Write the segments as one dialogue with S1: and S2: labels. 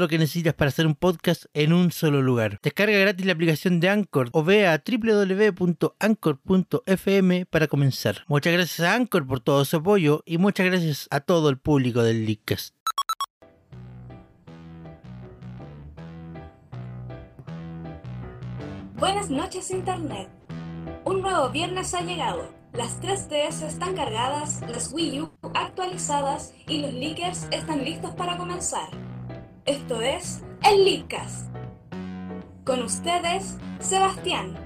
S1: lo que necesitas para hacer un podcast en un solo lugar. Descarga gratis la aplicación de Anchor o ve a www.anchor.fm para comenzar. Muchas gracias a Anchor por todo su apoyo y muchas gracias a todo el público del Leadcast.
S2: Buenas noches Internet. Un nuevo viernes ha llegado. Las 3DS están cargadas, las Wii U actualizadas y los leakers están listos para comenzar. Esto es el Leakcast. Con ustedes, Sebastián.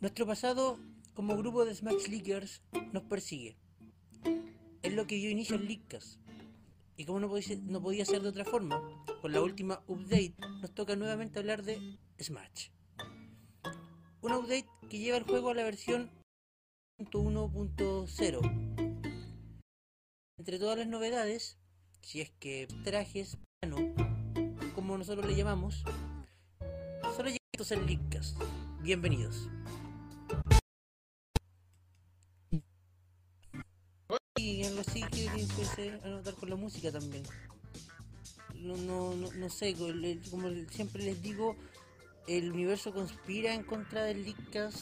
S3: Nuestro pasado como grupo de Smash Leakers nos persigue. Es lo que dio inicio al Leakcast. Y como no podía, ser- no podía ser de otra forma, con la última update nos toca nuevamente hablar de Smash. Un update que lleva el juego a la versión 1.1.0. Entre todas las novedades, si es que trajes, plano, como nosotros le llamamos, solo llega estos el Leakcast. Bienvenidos. Y algo así que empecé a notar con la música también. No, no, no, no sé, co- el- el- como el- siempre les digo, el universo conspira en contra del Leakcast.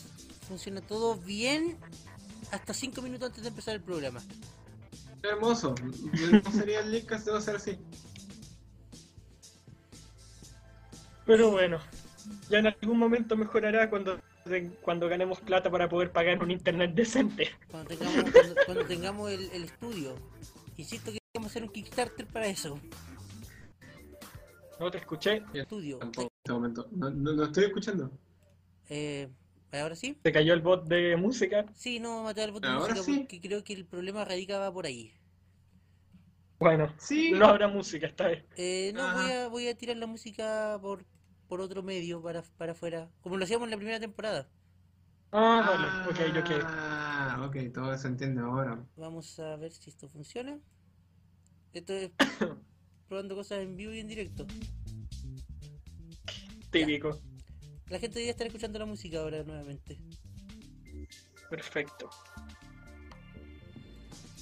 S3: Funciona todo bien hasta 5 minutos antes de empezar el programa.
S4: Hermoso. No sería el Lickas, debo ser así.
S5: Pero bueno, ya en algún momento mejorará cuando, cuando ganemos plata para poder pagar un internet decente.
S3: Cuando tengamos, cuando, cuando tengamos el, el estudio. Insisto que vamos a hacer un Kickstarter para eso.
S5: No te escuché,
S3: Estudio.
S4: Tampoco en este momento. No, no, no estoy escuchando.
S3: Eh, ¿Ahora sí?
S5: te cayó el bot de música.
S3: Sí, no matar el botón de
S4: Ahora
S3: música
S4: sí.
S3: porque creo que el problema radicaba por ahí.
S5: Bueno,
S4: Sí.
S5: no habrá música esta vez.
S3: Eh, no, voy
S4: Ajá.
S3: a, voy a tirar la música por, por otro medio para, para afuera, como lo hacíamos en la primera temporada.
S5: Ah, vale, ok, ok.
S4: Ah, ok, todo se entiende ahora.
S3: Vamos a ver si esto funciona. Esto es probando cosas en vivo y en directo.
S5: Típico.
S3: La gente debería estar escuchando la música ahora nuevamente.
S5: Perfecto.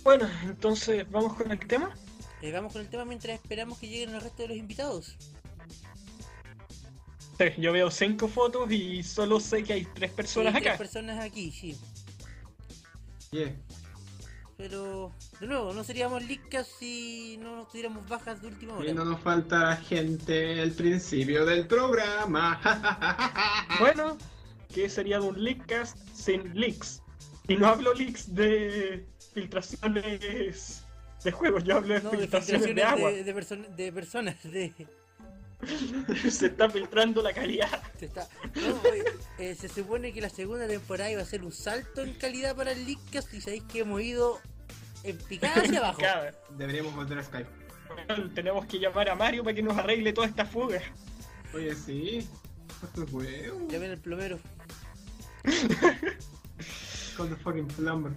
S5: Bueno, entonces, ¿vamos con el tema?
S3: Eh, vamos con el tema mientras esperamos que lleguen el resto de los invitados.
S5: Sí, Yo veo cinco fotos y solo sé que hay tres personas
S3: Hay tres
S5: acá.
S3: personas aquí, sí.
S4: Yeah.
S3: Pero, de nuevo, no seríamos licas si no nos tuviéramos bajas de última
S4: Y
S3: hora.
S4: no nos falta gente al principio del programa.
S5: Bueno, ¿qué sería de un leakcast sin leaks? Y no hablo leaks de filtraciones de juegos, yo hablo de
S3: No, de
S5: filtraciones de,
S3: filtraciones
S5: agua.
S3: de, de perso- de personas, de...
S5: Se está filtrando la calidad.
S3: Se, está- no, oye, eh, se supone que la segunda temporada iba a ser un salto en calidad para el Leadcast y sabéis que hemos ido en picada hacia abajo.
S5: Cada-
S4: Deberíamos volver a Skype.
S5: Bueno, tenemos que llamar a Mario para que nos arregle toda esta fuga.
S4: Oye, sí. Esto es huevo.
S3: Llamen al plomero.
S4: Con the fucking plumber.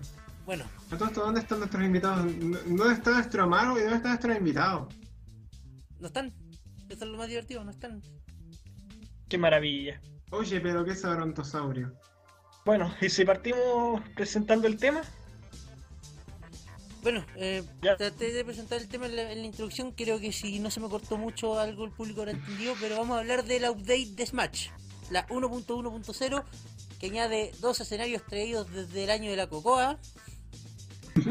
S3: Bueno,
S4: A todo esto, ¿dónde están nuestros invitados? ¿N- ¿Dónde está nuestro amaro y dónde está nuestro invitado?
S3: no están. Eso es lo más divertido, no están.
S5: Qué maravilla.
S4: Oye, pero qué sabrontosaurio.
S5: Bueno, y si partimos presentando el tema,
S3: Bueno, eh,
S5: Ya.
S3: traté de presentar el tema en la, en la introducción. Creo que si no se me cortó mucho algo el público habrá entendido, pero vamos a hablar del update de Smash. La 1.1.0 que añade dos escenarios traídos desde el año de la Cocoa.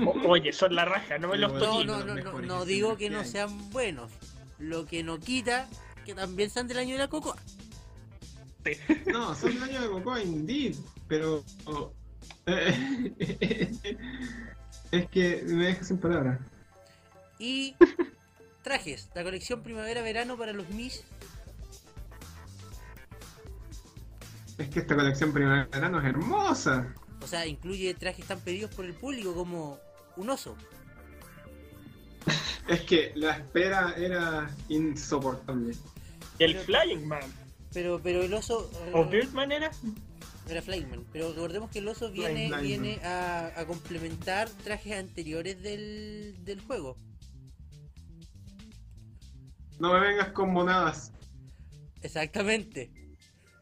S5: o- oye, son la raja, no me los
S4: No,
S3: No,
S5: toquí.
S3: no,
S4: los
S3: no, no,
S4: mejores
S3: no
S4: que
S3: digo
S4: siempre
S3: que no
S4: hay.
S3: sean buenos. Lo que no quita que también sean del año de la cocoa.
S4: No, son el año de Goku, e indeed, pero. oh, eh, es que me deja sin palabras.
S3: Y trajes, la colección primavera-verano para los Mis.
S4: Es que esta colección primavera-verano es hermosa.
S3: O sea, incluye trajes tan pedidos por el público como un oso.
S4: Es que la espera era insoportable.
S5: El Flying Man.
S3: Pero, pero el oso.
S5: ¿O
S3: eh,
S5: Birdman era?
S3: Era Flyman, pero recordemos que el oso viene,
S4: Flyman.
S3: viene a, a complementar trajes anteriores del, del juego.
S4: No me vengas con monadas.
S3: Exactamente.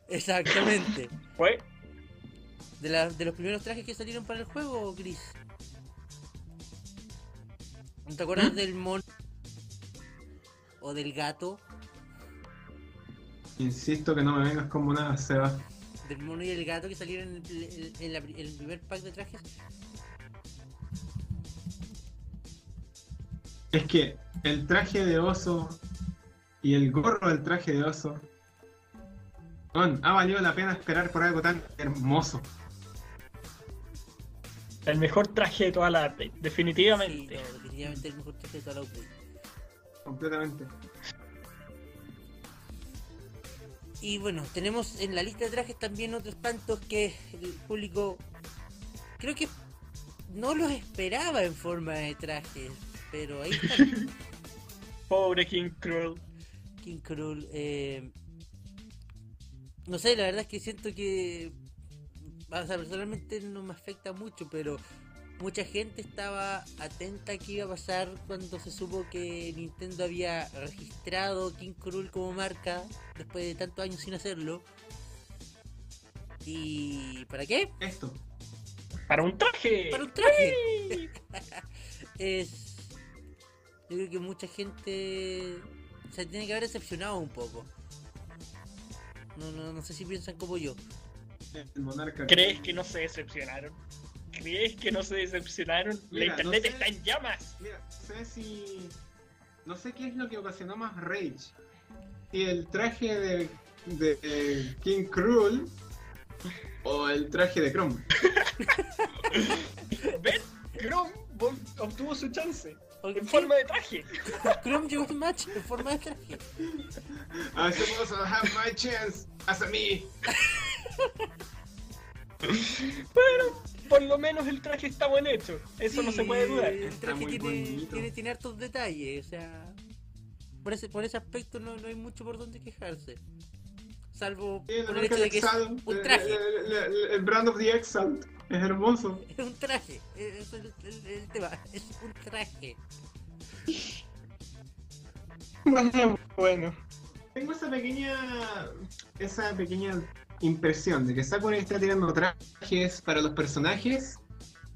S3: Exactamente.
S5: Fue.
S3: De, la- de los primeros trajes que salieron para el juego, Chris. ¿No ¿Te acuerdas del mono? ¿O del gato?
S4: Insisto que no me vengas con monadas, Seba.
S3: ¿Del mono y el gato que salieron en el, en- en la pri- en el primer pack de trajes?
S4: Es que el traje de oso y el gorro del traje de oso weón, ha valido la pena esperar por algo tan hermoso.
S5: El mejor traje de toda la update, definitivamente.
S3: Sí, no, definitivamente el mejor traje de toda la update.
S4: Completamente.
S3: Y bueno, tenemos en la lista de trajes también otros tantos que el público creo que no los esperaba en forma de trajes, pero ahí está
S5: Pobre King Cruel.
S3: King Cruel. eh, no sé, la verdad es que siento que, o sea, personalmente no me afecta mucho, pero mucha gente estaba atenta a qué iba a pasar cuando se supo que Nintendo había registrado King Cruel como marca después de tantos años sin hacerlo. ¿Y para qué?
S4: Esto.
S5: Para un traje.
S3: Para un traje. es. Yo creo que mucha gente se tiene que haber decepcionado un poco. No, no, no sé si piensan como yo.
S4: El monarca.
S5: ¿Crees que no se decepcionaron? ¿Crees que no se decepcionaron?
S4: Mira,
S5: la internet
S4: no sé.
S5: está en llamas.
S4: Mira, no sé si. No sé qué es lo que ocasionó más rage. Si el traje de, de, eh, King Cruel o el traje de Chrome.
S5: ¿Ven? Grom vol- obtuvo su chance.
S3: Porque
S5: En forma de traje.
S3: Chrome llegó un match en forma de traje.
S4: I suppose I'll have my chance as a me.
S5: Bueno, por lo menos el traje está buen hecho. Eso no
S3: Sí,
S5: se puede dudar.
S3: El
S4: Está
S3: traje
S4: muy
S3: tiene,
S4: bonito.
S3: tiene, tiene hartos detalles, o sea. Por ese, por ese aspecto no, no hay mucho por donde quejarse. Salvo
S4: Sí, el
S3: por el hecho
S4: Arca de
S3: de que es
S4: Exile,
S3: un
S4: el-
S3: traje.
S5: eh.
S4: El, el- eh, el- el Brand of the Exile es hermoso.
S3: Es un traje, eh, es el, el- el tema, es un traje.
S5: Bueno.
S4: Tengo esa pequeña esa pequeña impresión de que Sakura está tirando trajes para los personajes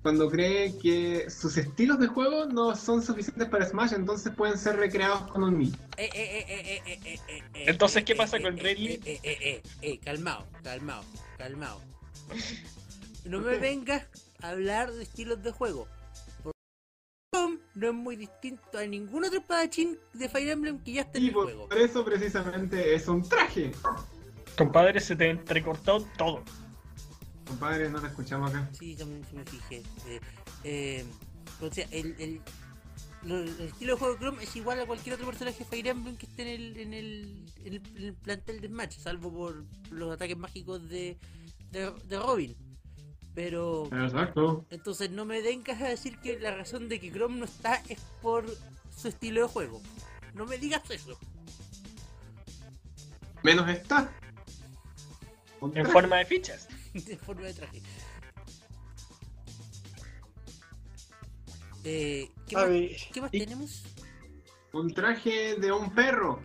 S4: cuando cree que sus estilos de juego no son suficientes para Smash, entonces pueden ser recreados con un Mi.
S3: Eh, eh, eh, eh, eh, eh, eh, eh,
S5: Entonces,
S3: eh,
S5: ¿qué
S3: eh,
S5: pasa
S3: eh,
S5: con
S3: eh,
S5: Ridley?
S3: Eh, eh, eh, eh, calmao, calmao, calmao. No me vengas a hablar de estilos de juego. Por- No es muy distinto a ningún otro espadachín de Fire Emblem que ya está en
S4: Y
S3: Este el
S4: por,
S3: juego.
S4: por eso precisamente es un traje.
S5: Compadre, se te entrecortó todo.
S4: Compadre, no te escuchamos acá.
S3: Sí, también se me fijé. Eh, eh, o sea, el, el, lo- el estilo de juego de Chrome es igual a cualquier otro personaje de Fire Emblem que esté en el, en el, en el, en el plantel de Smash, salvo por los ataques mágicos de, de, de Robin. Pero
S4: Exacto.
S3: entonces no me vengas a decir que la razón de que Chrome no está es por su estilo de juego. No me digas eso.
S4: Menos está. Un
S5: En
S4: traje.
S5: forma de fichas.
S3: de forma de traje. Eh, ¿qué,
S5: A
S3: más,
S5: ver,
S3: ¿Qué más
S5: y-
S3: tenemos?
S4: Un traje de un perro.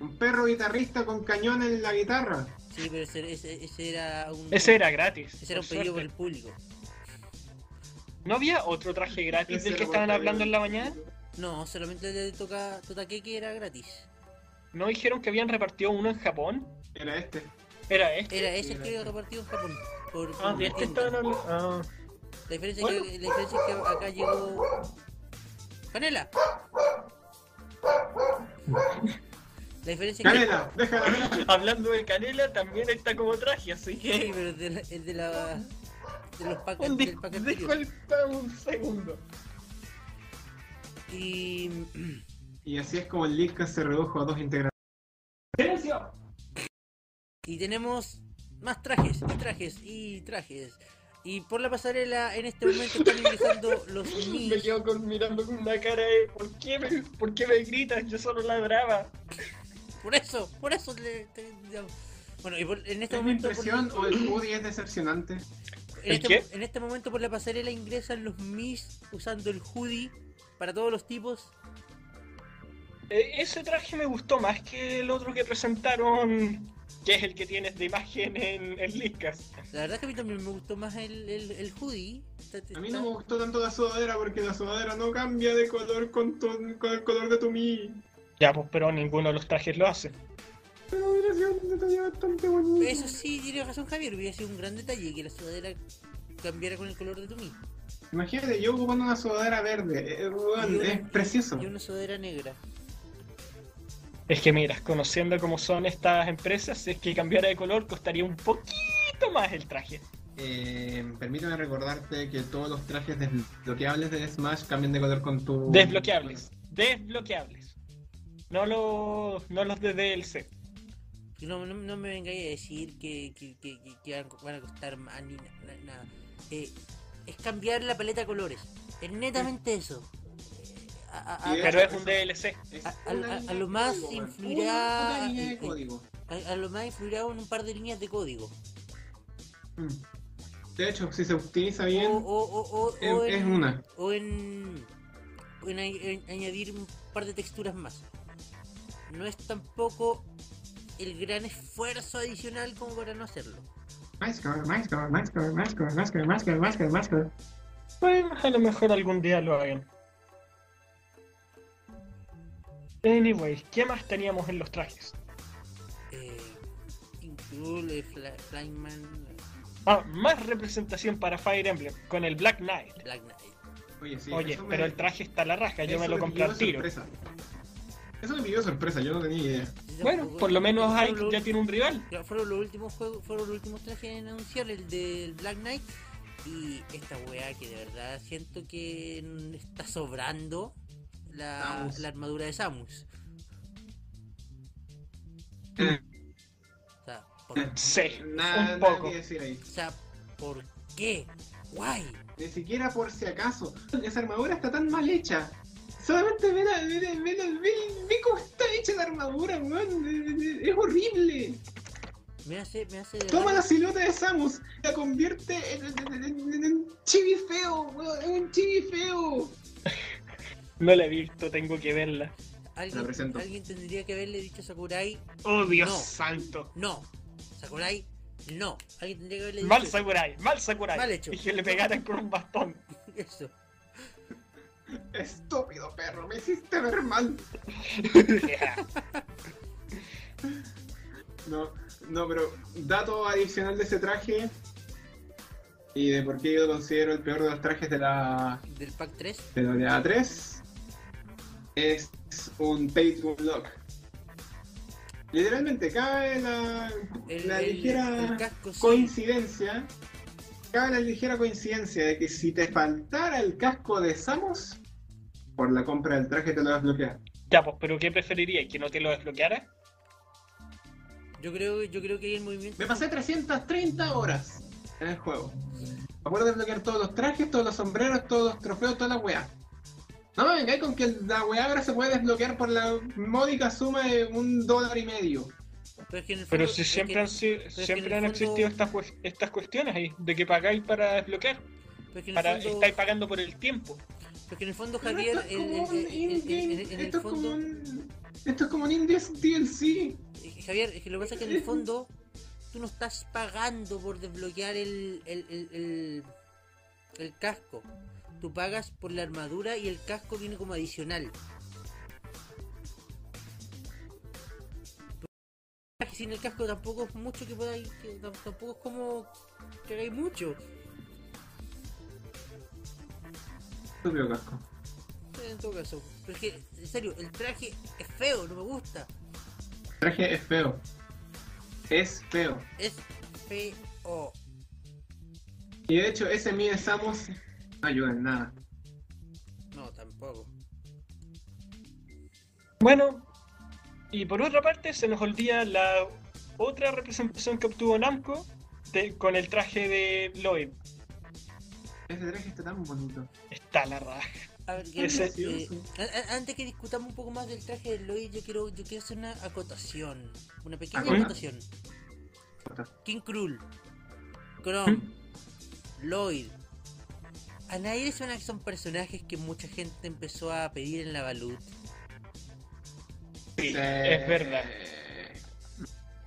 S4: Un perro guitarrista con cañón en la guitarra.
S3: Sí, pero ese, ese- ese era un.
S5: Ese era gratis.
S3: ese era un
S5: por
S3: pedido por
S5: suerte.
S3: el público.
S5: ¿No había otro traje gratis
S4: Ese
S5: del que
S4: era
S5: estaban
S4: porque-
S5: hablando en la mañana?
S3: No, solamente le toca Totaque que era gratis.
S5: ¿No dijeron que habían repartido uno en Japón?
S4: Era este.
S5: ¿Era este?
S3: Era ese el que había repartido en Japón. Por, por
S5: Ah, de este
S3: Nintendo.
S5: estaban hablando. Ah.
S3: la, diferencia
S5: Bueno.
S3: que, la diferencia es que acá llegó. ¡Canela! La diferencia es que.
S4: Canela, déjala.
S5: Hablando de canela, también está como traje, así
S3: Sí,
S5: que.
S3: pero el de, la- el de la. De los packs.
S5: Un
S3: del
S5: dis-
S3: pack anterior.
S5: disculpa un segundo.
S3: Y.
S4: Y así es como el Lilka se redujo a dos integrantes.
S5: ¡Silencio!
S3: Y tenemos Más trajes, y trajes, y trajes. Y por la pasarela en este momento están ingresando los
S5: Me
S3: niños.
S5: quedo con- mirando con una cara de ¿por qué, me, ¿por qué me gritas? Yo solo ladraba.
S3: Por eso, por eso le- te- digamos. Bueno, y por- en este
S4: ¿Es mi
S3: momento. por-
S4: impresión o el Woody es decepcionante?
S3: En
S5: ¿El qué?
S3: este, en este momento por la pasarela ingresan los Miss usando el hoodie para todos los tipos.
S5: Eh, ese traje me gustó más que el otro que presentaron, que es el que tienes de imagen en, en Leadcast.
S3: La verdad es que a mí también me gustó más el, el, el hoodie. Está-
S4: A mí
S3: está-
S4: no me gustó tanto la sudadera porque la sudadera no cambia de color con, tu- con el color de tu mi.
S5: Ya, pues, pero ninguno de los trajes lo hace.
S4: Pero hubiera sido un detalle bastante bonito.
S3: Eso sí, tiene razón Javier, hubiera sido un gran detalle que la sudadera cambiara con el color de tu mí.
S4: Imagínate, yo ocupando una sudadera verde. eh, weón, es precioso.
S3: Y una sudadera negra.
S5: Es que miras, conociendo cómo son estas empresas, si es que cambiara de color costaría un poquito más el traje.
S4: Eh, permíteme recordarte que todos los trajes desbloqueables de Smash cambian de color con tu.
S5: Desbloqueables. Desbloqueables. No los, no los de DLC.
S3: Y no, no, no me vengáis a decir que, que, que, que- que van- van a costar más ni na- na- nada. Eh, es cambiar la paleta de colores. Es netamente eso. Eh, a- a- a-
S4: Sí,
S5: Pero es un DLC.
S4: Es
S3: A- a-
S4: una
S3: a- a
S4: línea
S3: lo
S4: de
S3: más
S4: código, weón.
S3: influirá-
S4: Una línea de
S3: eh,
S4: código.
S3: a- a lo más influirá en un par de líneas de código.
S4: Mm. De hecho, si se utiliza bien,
S3: O, o- o- o-
S4: es,
S3: o
S4: es
S3: en-
S4: una.
S3: o en, o en añ- en añadir un par de texturas más. No es tampoco el gran esfuerzo adicional como para no hacerlo.
S4: Máscara, máscara, máscara, máscara, máscara, máscara, máscara, máscara.
S5: Bueno, a lo mejor algún día lo hagan. Anyways, ¿qué más teníamos en los trajes?
S3: Eh, King Krull, eh, Fla- Flying Man,
S5: Ah, más representación para Fire Emblem con el Black Knight.
S3: Black Knight.
S4: Oye, sí,
S5: Oye,
S4: eso me-
S5: pero el traje está a la rasca, yo
S4: eso
S5: me lo compré al
S4: pilló de
S5: tiro.
S4: sorpresa. Eso me pidió sorpresa, yo no tenía idea.
S5: Bueno, por lo menos
S3: Fueron
S5: hay,
S3: los
S5: ya tiene un rival.
S3: Pero fueron los últimos juegos, fueron los últimos trajes en anunciar el del Black Knight y esta weá que de verdad siento que mm, está sobrando la,
S4: Samus.
S3: la armadura de Samus.
S4: Eh.
S3: O sea, por, o
S5: Sí,
S4: Nada,
S5: un
S4: nada
S5: poco.
S4: que decir ahí.
S3: sea, ¿por qué? Guay.
S4: Ni siquiera por si acaso. Esa armadura está tan mal hecha. Solamente ve, la, ve, la- ve, la- ve- ve cómo está hecha la armadura, weón. Eh, eh, Es horrible.
S3: Me hace, me hace de
S4: Toma la
S3: verdad-
S4: silueta de Samus, la convierte en, en- en- en- en un chibi feo, weón. Es un chibi feo.
S5: No la he visto, tengo que verla.
S4: La
S3: alguien,
S4: presento.
S3: alguien tendría que haberle dicho a Sakurai,
S5: Oh, Dios
S3: No.
S5: santo.
S3: no. Sakurai, no. Alguien tendría que haberle dicho
S5: Mal Sakurai, mal Sakurai.
S3: Mal hecho.
S5: Y que le pegaran con un bastón.
S3: eso.
S4: Estúpido perro, me hiciste ver mal. No, no, pero dato adicional de ese traje y de por qué yo lo considero el peor de los trajes de la
S3: Del pack 3.
S4: de la oleada 3 es un pay to unlock. Literalmente cabe la,
S3: El,
S4: la
S3: el-
S4: ligera
S3: el casco sí.
S4: coincidencia, cabe la ligera coincidencia de que si te faltara el casco de Samus por la compra del traje te lo desbloqueas.
S5: ya, pues, pero ¿qué preferiría? ¿Que no te lo desbloqueara?
S3: Yo creo, yo creo que el movimiento.
S4: Me pasé 330 horas en el juego. Me acuerdo de desbloquear todos los trajes, todos los sombreros, todos los trofeos, toda la weá. No me vengáis con que la weá ahora se puede desbloquear por la módica suma de un dólar y medio.
S3: Pero, es que en el
S5: Pero
S3: fondo-
S5: si
S3: es
S5: siempre
S3: que-
S5: han, sido-
S3: que en el
S5: siempre han
S3: fondo-
S5: existido estas, cues- estas cuestiones ahí, de que pagáis para desbloquear.
S3: pero es que en el
S5: Para,
S3: fondo-
S5: Estáis pagando por el tiempo.
S3: pero es que en el fondo,
S4: Pero
S3: Javier.
S4: esto es
S3: el- el-
S4: como
S3: el-
S4: un
S3: el-
S4: in-game,
S3: el- en el
S4: esto es como
S3: fondo-
S4: un... Esto es como un indie DLC.
S3: eh, Javier, es que lo que pasa es que en el fondo. Tú no estás pagando por desbloquear el, el, el, el, el casco. Tú pagas por la armadura y el casco viene como adicional. Pero Sin el casco tampoco es mucho que podáis. que tam- Tampoco es como que hagáis mucho.
S4: Estúpido casco.
S3: En todo caso, pero es que, en serio, el traje es feo, no me gusta.
S4: El traje es feo. Es feo.
S3: Es feo.
S4: Y de hecho, ese mí de Samus no ayuda en nada.
S3: No, tampoco.
S5: Bueno, y por otra parte se nos olvida la otra representación que obtuvo Namco de- con el traje de Lloyd.
S4: Ese traje está tan bonito.
S5: Está la raja.
S3: A ver,
S5: Qué
S3: eh,
S5: gracioso.
S3: a- a- antes que discutamos un poco más del traje de Lloyd, yo quiero, yo quiero hacer una acotación. Una pequeña
S4: Acota.
S3: acotación. King Krul,
S5: ¿Mm?
S3: Chrome, Lloyd. A nadie le suena que son personajes que mucha gente empezó a pedir en la balut.
S5: Sí,
S4: Sí.
S5: es verdad.
S4: Eh,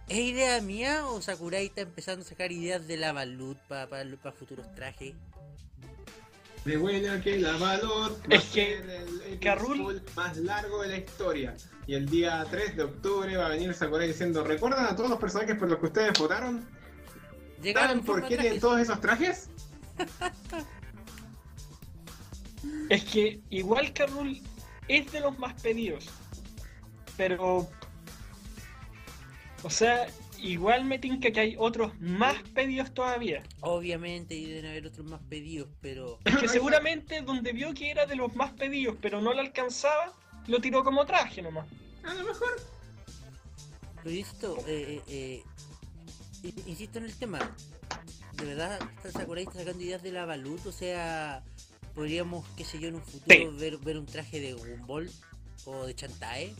S3: ¿Es idea mía o Sakurai está empezando a sacar ideas de la balut para futuros trajes?
S4: De buena que la balot va
S5: Es
S4: a
S5: que
S4: ser el, el
S5: Carrul-
S4: fútbol más largo de la historia. Y el día 3 de octubre va a venir Sakurai diciendo, ¿recuerdan a todos los personajes por los que ustedes votaron?
S3: Llegaron
S4: ¿Saben
S3: en
S4: por
S3: forma
S4: qué
S3: de
S4: tienen
S3: trajes.
S4: todos esos trajes?
S5: Es que igual que Rule es de los más pedidos. Pero. O sea, igual me tinca que hay otros más pedidos todavía.
S3: Obviamente y deben haber otros más pedidos, pero...
S5: Es que seguramente donde vio que era de los más pedidos, pero no lo alcanzaba, lo tiró como traje nomás.
S4: A lo mejor.
S3: Pero insisto, eh, eh, eh, in- insisto en el tema. De verdad, esta Sakurai está sacando ideas de la Balut, o sea, podríamos, qué sé yo, en un futuro ver, ver un traje de Gumball o de Chantae.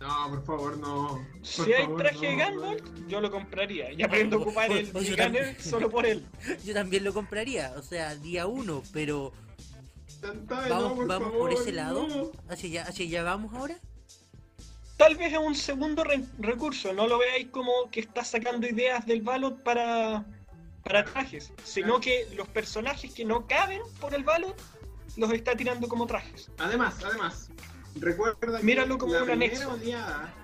S4: No, por favor, no. Por
S5: Si hay
S4: favor,
S5: traje de
S4: no.
S5: Gumball, yo lo compraría. Y aprendo a
S3: Ah,
S5: ocupar
S3: pues-
S5: el
S3: pues yo
S5: Gunner
S3: también.
S5: solo por él.
S3: Yo también lo compraría, o sea, día uno, pero
S4: Tantae,
S3: vamos,
S4: no, por
S3: vamos
S4: favor,
S3: por ese lado.
S4: no.
S3: Hacia allá, hacia allá vamos ahora.
S5: Tal vez es un segundo re- recurso, no lo veáis como que está sacando ideas del ballot para, para trajes, sino
S4: Claro.
S5: que los personajes que no caben por el ballot los está tirando como trajes.
S4: Además, además, recuerda que
S5: Míralo como
S4: la
S5: un
S4: primera
S5: anexo.
S4: oleada-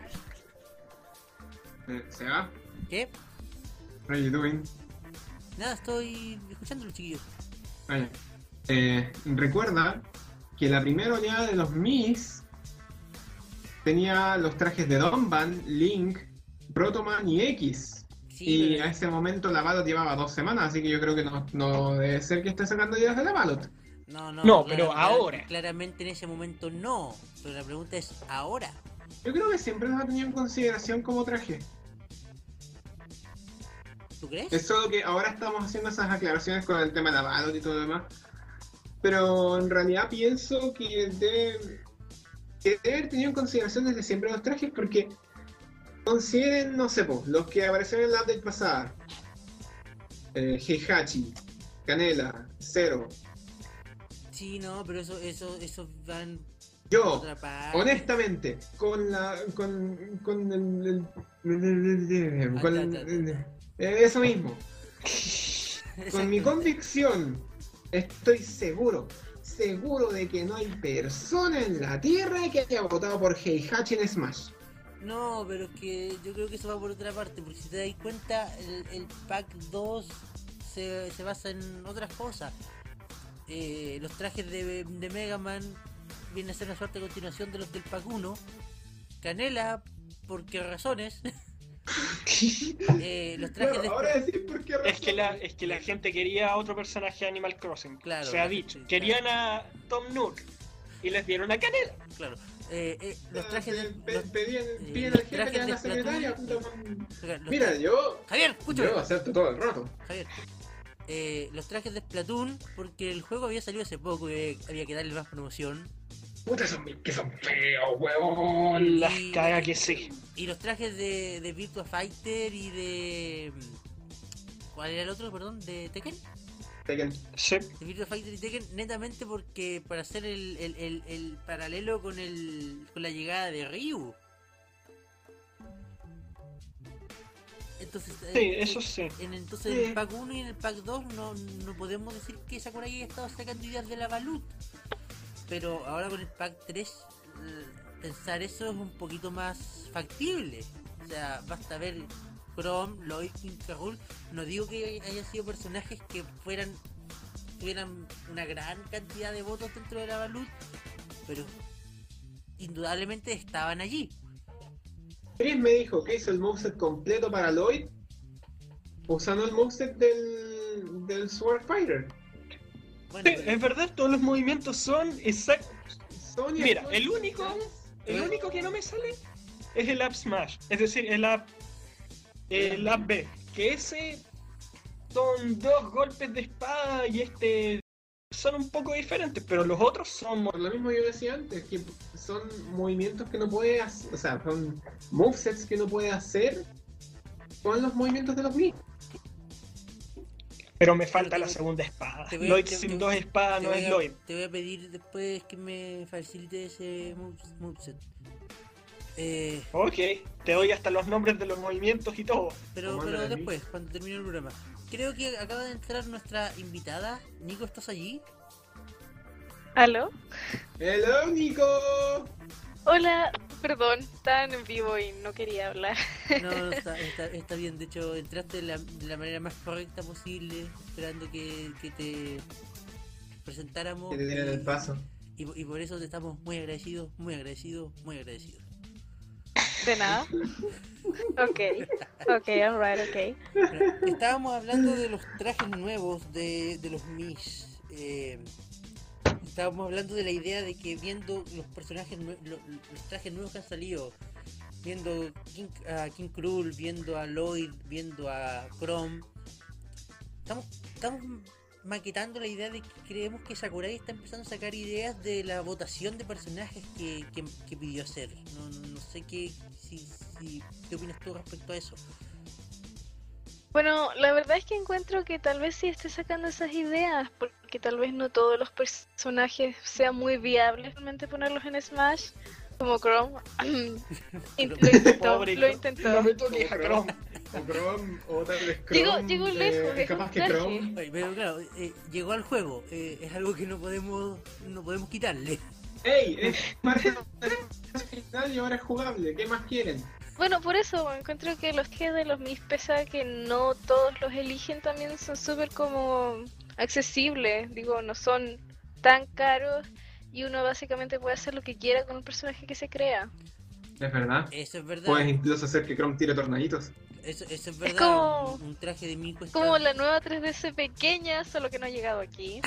S4: Eh, ¿Se va?
S3: ¿Qué?
S4: What are you doing?
S3: Nada, estoy escuchando los chiquillos.
S4: Vaya. Eh, recuerda que la primera oleada de los Mis tenía los trajes de Donban, Link, Protoman y X.
S3: Sí,
S4: Y a ese momento la Balot llevaba dos semanas, así que yo creo que no, no debe ser que esté sacando ideas de la Balot.
S3: no, no, clara-
S5: No, pero
S3: clara-
S5: ahora.
S3: Claramente en ese momento no, pero la pregunta es ahora.
S4: Yo creo que siempre los ha tenido en consideración como traje.
S3: ¿Tú crees?
S4: Es solo que ahora estamos haciendo esas aclaraciones con el tema de la Balot y todo lo demás. Pero en realidad pienso que debe, que debe haber tenido en consideración desde siempre los trajes porque consideren, no sé, po, los que aparecieron en la update pasada. Eh, Heihachi, Canela, Zero,
S3: Sí, no, pero eso, eso, eso van
S4: yo.
S3: otra parte.
S4: Honestamente, con la. con. con el. el- con el- eh, eso mismo. Con mi convicción, estoy seguro, seguro de que no hay persona en la Tierra que haya votado por Heihachi en Smash.
S3: No, pero es que yo creo que eso va por otra parte, porque si te das cuenta, el, el pack 2 se, se basa en otras cosas. Eh, los trajes de, de Mega Man vienen a ser una suerte de continuación de los del pack 1. Canela, por qué razones. Eh, los trajes de.
S4: Claro, ahora decís por qué
S5: Es que, la,
S4: razón.
S5: es que la gente quería a otro personaje de Animal Crossing,
S3: Claro,
S5: se ha
S3: la
S5: dicho.
S3: gente-
S5: Querían a Tom Nook y les dieron a Canela.
S3: Claro. Eh, eh, los trajes
S4: Pe-
S3: de.
S4: pe-
S3: los-
S4: pedían-
S3: eh,
S4: piden
S3: los
S4: al jefe que
S3: trajes
S4: era
S3: de
S4: la secretaria,
S3: Splatoon.
S4: puta man.
S3: los
S4: Mira,
S3: trajes-
S4: yo.
S3: Javier, escúchame.
S4: Yo acepto todo el rato.
S3: Javier, eh, los trajes de Splatoon, porque el juego había salido hace poco y había- había que darle más promoción.
S4: Puta, son, que son feos, huevón.
S5: Las
S3: Y-
S5: caga que sí.
S3: Y los trajes de, de Virtua Fighter y de. ¿Cuál era el otro, perdón? ¿De Tekken?
S4: Tekken.
S5: Sí.
S3: De Virtua Fighter y Tekken, netamente porque para hacer el, el- el- el paralelo con, el, con la llegada de Ryu. Entonces, eh,
S5: Sí, eso sí.
S3: En, entonces en
S4: Sí.
S3: el pack 1 y en el pack 2 no, no podemos decir que Sakurai haya estado sacando ideas de la balut. Pero ahora con el pack 3, eh, pensar eso es un poquito más factible. O sea, basta ver Chrome, Lloyd, King Rahul. No digo que hayan sido personajes que fueran tuvieran una gran cantidad de votos dentro de la balut, pero indudablemente estaban allí.
S4: Chris me dijo que hizo el moveset completo para Lloyd usando el moveset del, del Sword Fighter.
S3: Bueno,
S5: Sí, es verdad, todos los movimientos son exactos.
S4: Sony
S5: Mira,
S4: Sword
S5: el único-
S3: Eh.
S4: Fighter,
S5: El único que no me sale es el App Smash. Es decir, el App Eh, la B. Que ese son dos golpes de espada y este son un poco diferentes, pero los otros son...
S4: Por lo mismo yo decía antes, que son movimientos que no puedes hacer, o sea, son movesets que no puedes hacer con los movimientos de los mini.
S5: Pero me falta la segunda espada.
S3: Te voy a-
S5: Lloyd
S3: te-
S5: sin
S3: te-
S5: dos espadas
S3: te
S5: Ah, no
S3: voy
S5: es
S3: a-
S5: Lloyd.
S3: Te voy a pedir después que me facilite ese moves- moveset. Eh,
S5: Ok, te doy hasta los nombres de los movimientos y todo.
S3: pero,
S4: Comando
S3: pero
S4: de mí.
S3: después, cuando termine el programa. Creo que acaba de entrar nuestra invitada. Nico, ¿estás allí?
S6: ¿Aló?
S4: ¡Hello, Nico!
S6: Hola, perdón, estaba en vivo y no quería hablar.
S3: No, no, está, está, está bien. De hecho, entraste de la, de la manera más correcta posible, esperando que, que te presentáramos.
S4: Que te dieron el
S3: y-
S4: paso.
S3: Y, y por eso te estamos muy agradecidos, muy agradecidos, muy agradecidos.
S6: ¿De nada? Ok, ok, alright, ok.
S3: Bueno, Estábamos hablando de los trajes nuevos de, de los Mis. eh, estábamos hablando de la idea de que viendo los personajes, nue- lo- los trajes nuevos que han salido, viendo King, a King Krul, viendo a Lloyd, viendo a Chrome, estamos, estamos maquetando la idea de que creemos que Sakurai está empezando a sacar ideas de la votación de personajes que, que- que pidió hacer. No, no- no sé qué, si- si- qué opinas tú respecto a eso.
S6: Bueno, la verdad es que encuentro que tal vez sí esté sacando esas ideas, porque tal vez no todos los personajes sean muy viables realmente ponerlos en Smash, como Chrome. Y lo intentó,
S5: Pobre
S6: lo
S5: Chrome.
S6: intentó.
S5: No me toques a Chrome.
S4: O Chrome, o tal vez Chrome.
S6: Llegó- llegó lejos,
S4: eh,
S6: es
S4: capaz
S6: un
S4: que
S6: traje.
S4: Chrome.
S3: Oye, Pero claro, eh, llegó al juego, eh, es algo que no podemos no podemos quitarle.
S4: ¡Ey! Es parte del final y ahora es jugable. ¿Qué más quieren?
S6: Bueno, por eso encuentro que los que de los mis pesa que no todos los eligen también son súper como accesibles, digo, no son tan caros y uno básicamente puede hacer lo que quiera con un personaje que se crea.
S4: Es verdad.
S3: Eso es
S4: Puedes
S3: verdad.
S4: incluso hacer que Chrome tire tornaditos.
S3: Eso, eso es verdad.
S6: como-
S3: un, un traje de mil cuesta.
S6: Como la nueva 3DS pequeña, solo que no ha llegado aquí.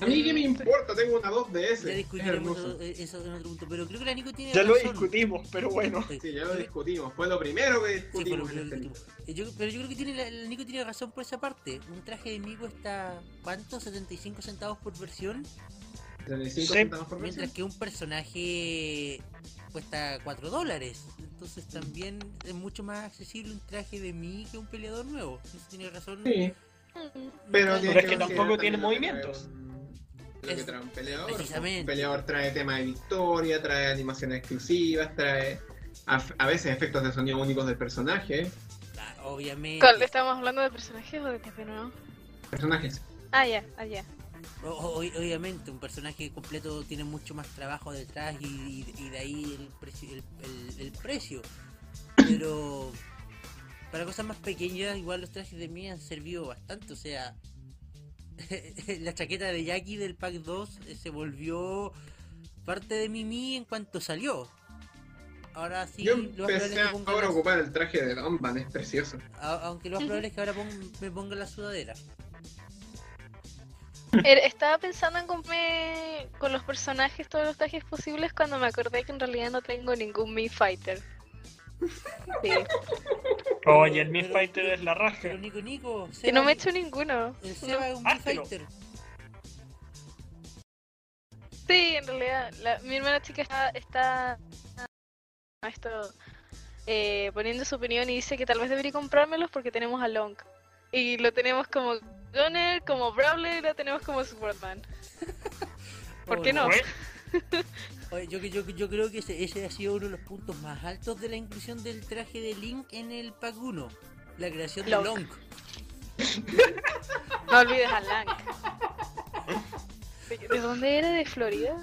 S4: A mí qué me importa, tengo una 2DS.
S3: Mm. Ya
S4: Es
S3: discutiremos
S4: hermoso.
S3: eso- eso en otro punto, pero creo que la Nico tiene
S5: Ya lo
S3: razón.
S5: discutimos, pero bueno.
S3: Oye,
S4: Sí, ya lo
S3: creo-
S4: discutimos. Fue lo primero que
S3: sí, fue lo
S4: discutimos.
S3: primero
S4: en
S3: que
S4: este
S3: discutimos. Eh, yo- pero yo creo que tiene la, la Nico tiene razón por esa parte. Un traje de mí cuesta ¿cuánto? 75 centavos por versión,
S4: 35
S5: Sí.
S4: centavos por
S3: mientras
S4: versión.
S3: que un personaje cuesta 4 dólares. Entonces también es mucho más accesible un traje de mí que un peleador nuevo. Entonces tiene razón.
S4: Sí,
S6: Mm.
S4: pero,
S3: Nico,
S4: tiene
S5: Pero es que
S4: ver
S5: tampoco
S4: también
S5: tiene
S4: lo que trae
S5: movimientos.
S4: un- Lo que
S3: Es-
S4: trae un peleador.
S3: precisamente.
S4: Un peleador trae tema de victoria, trae animaciones exclusivas, trae a, a veces efectos de sonido únicos del personaje.
S3: Ah, Obviamente.
S6: ¿Cuál? ¿Estamos hablando de personajes o de TP nuevo?
S4: Personajes.
S6: Ah, ya, ah, ya.
S3: O- o- obviamente, un personaje completo tiene mucho más trabajo detrás y, y- y de ahí el precio. El, el- el precio. Pero para cosas más pequeñas, igual los trajes de mí han servido bastante. O sea, la chaqueta de Jackie del Pack 2 se volvió parte de Mimi en cuanto salió. Ahora sí,
S4: Yo
S3: lo más probable
S4: empecé
S3: es que ponga
S4: ahora a
S3: la-
S4: ocupar el traje de Don Van, es precioso.
S3: a- aunque lo más probable es que ahora pon- me ponga la sudadera.
S6: Er- Estaba pensando en comprarme con los personajes todos los trajes posibles cuando me acordé que en realidad no tengo ningún Mi Fighter. Sí.
S5: Oye, el
S3: Pero-
S5: Miss Fighter es la
S3: Pero
S5: raja.
S3: Nico Nico,
S6: Que no
S3: Seba-
S6: me he hecho ninguno.
S3: El Seba es un
S5: háztelo.
S3: fighter.
S6: Sí, en realidad, la- mi hermana chica está, está a esto, eh, poniendo su opinión y dice que tal vez debería comprármelos porque tenemos a Long. Y lo tenemos como Gunner, como Brawler, y lo tenemos como Superman. ¿Por
S3: Oh,
S6: qué no?
S5: Bueno,
S3: Oye, yo, yo, yo creo que ese, ese ha sido uno de los puntos más altos de la inclusión del traje de Link en el Pack 1. La creación de
S6: Long.
S3: Long.
S6: No olvides a Lang. ¿De, de dónde era? ¿De Florida?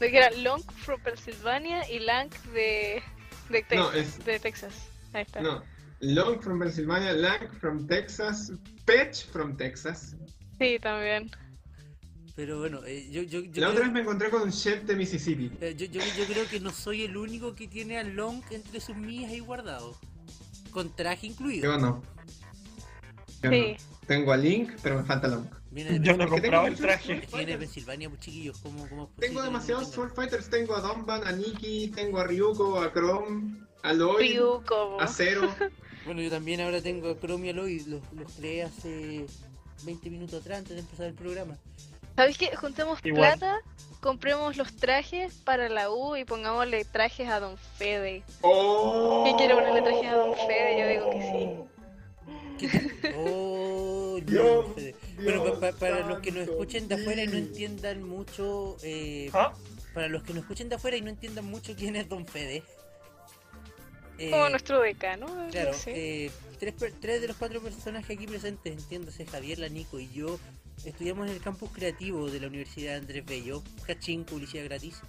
S6: De que era Long from Pennsylvania y Lang de, de, Tex-
S4: No, es-
S6: de Texas. Ahí está.
S4: No. Long from Pennsylvania, Lang from Texas, Patch from Texas.
S6: Sí, también.
S3: Pero bueno, eh, yo, yo, yo
S4: La otra
S3: creo,
S4: vez me encontré con un chef de Mississippi.
S3: eh, yo, yo- yo creo que no soy el único que tiene a Long entre sus mías ahí guardado. Con traje incluido.
S4: Yo no. Yo
S6: Sí.
S4: no. Tengo a Link, pero me falta Long.
S3: Viene de,
S5: Yo no he
S3: Pensil-
S5: comprado el
S4: muchos
S5: traje.
S3: es que viene de
S4: Fighters.
S3: Pensilvania, pues chiquillos. ¿cómo, cómo es posible
S4: Tengo
S3: que no
S4: demasiados
S3: tengan?
S4: Soul Fighters, tengo a Donban, a Nikki, tengo a Ryuko, a Chrome, Aloy,
S6: Ryu como...
S4: Acero.
S3: Bueno, yo también ahora tengo a Chrome y Aloy, los, los creé hace 20 minutos atrás antes de empezar el programa.
S6: ¿Sabes qué? Juntemos
S5: Igual.
S6: plata, compremos los trajes para la U y pongámosle trajes a Don Fede.
S4: ¡Oh!
S6: Yo quiero ponerle trajes a Don Fede, yo digo
S3: ¿Qué
S6: que sí.
S3: tal? ¡Oh,
S4: Dios,
S3: no, Fede. Bueno,
S4: Dios
S3: pa- pa- para los que nos
S4: santo,
S3: escuchen de afuera y no
S4: sí.
S3: entiendan mucho, eh,
S5: ¿Ah?
S3: para los que nos escuchen de afuera y no entiendan mucho quién es Don Fede. eh,
S6: Como nuestro decano, algo
S3: Claro,
S6: así.
S3: eh, tres, per- tres de los cuatro personajes aquí presentes, entiéndase, Javier, la Nico y yo, estudiamos en el campus creativo de la Universidad Andrés Bello, cachín, publicidad gratis.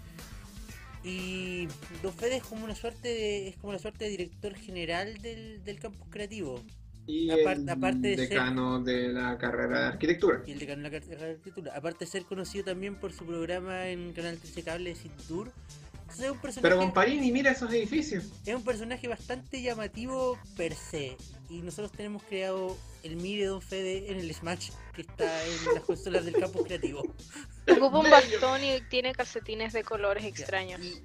S3: Y Don Fede es como una suerte de, es como la suerte de director general del, del campus creativo,
S4: Y
S3: Apar-
S4: el
S3: aparte de ser-
S4: decano de la carrera de arquitectura.
S3: y el decano de la carrera de arquitectura. Aparte de ser conocido también por su programa en Canal 13 Cable de Tour. Entonces es un personaje...
S4: Pero con Parini, mira esos edificios.
S3: Es un personaje bastante llamativo per se. Y nosotros tenemos creado el Mire Don Fede en el Smash que está en las consolas del campus creativo.
S6: Ocupa un bastón y tiene calcetines de colores extraños.
S3: Y,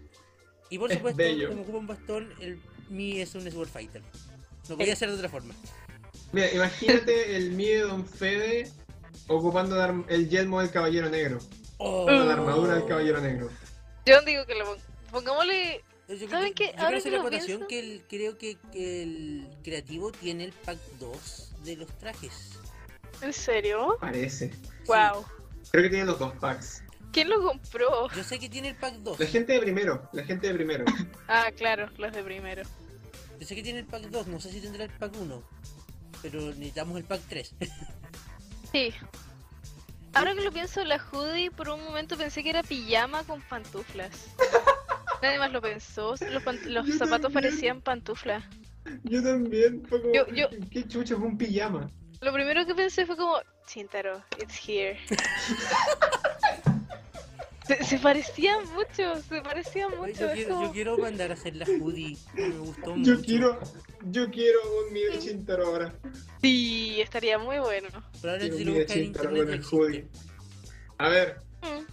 S3: y por
S4: Es
S3: supuesto,
S4: bello.
S3: como ocupa un bastón, el Mi es un Sword Fighter. Lo
S6: Eh.
S3: podía hacer de otra forma.
S4: Mira, imagínate el miedo de Don Fede ocupando la arm- el yelmo del Caballero Negro.
S3: Oh,
S4: O la armadura del Caballero Negro.
S6: Yo digo que lo pon- pongámosle...
S3: Yo creo-
S6: ¿Saben qué?
S3: yo creo
S6: Ahora
S3: hacer
S6: que
S3: la
S6: lo
S3: acotación
S6: pienso-
S3: que el- creo que, que el creativo tiene el pack 2 de los trajes.
S6: ¿En serio?
S4: Parece.
S6: Wow.
S4: Creo que tiene los dos packs.
S6: ¿Quién lo compró?
S3: Yo sé que tiene el pack 2.
S4: La gente de primero, la gente de primero.
S6: Ah, claro, los de primero.
S3: Yo sé que tiene el pack 2, no sé si tendrá el pack 1. Pero necesitamos el pack 3.
S6: Sí. Ahora que lo pienso, la hoodie por un momento pensé que era pijama con pantuflas. Nadie más lo pensó. Los, pan- los
S4: Yo
S6: zapatos
S4: también.
S6: parecían pantuflas.
S4: Yo también, fue como,
S6: Yo- yo-
S4: ¿qué chucho es un pijama?
S6: Lo primero que pensé fue como, Shintaro, it's here. se, se parecían mucho, se parecían
S3: Ay,
S6: mucho.
S3: Yo
S6: es
S3: quiero, yo
S6: como-
S3: quiero mandar a hacer la hoodie. Me gustó mucho.
S4: Yo quiero, yo quiero un Mide Chintaro ahora.
S6: Sí, estaría muy bueno.
S4: Quiero
S3: Probablemente
S4: un
S3: si lo
S4: Mide
S3: buscas en
S4: Chintaro
S3: internet.
S4: con
S3: no
S4: el
S3: existe.
S4: hoodie. A ver,
S6: Mm.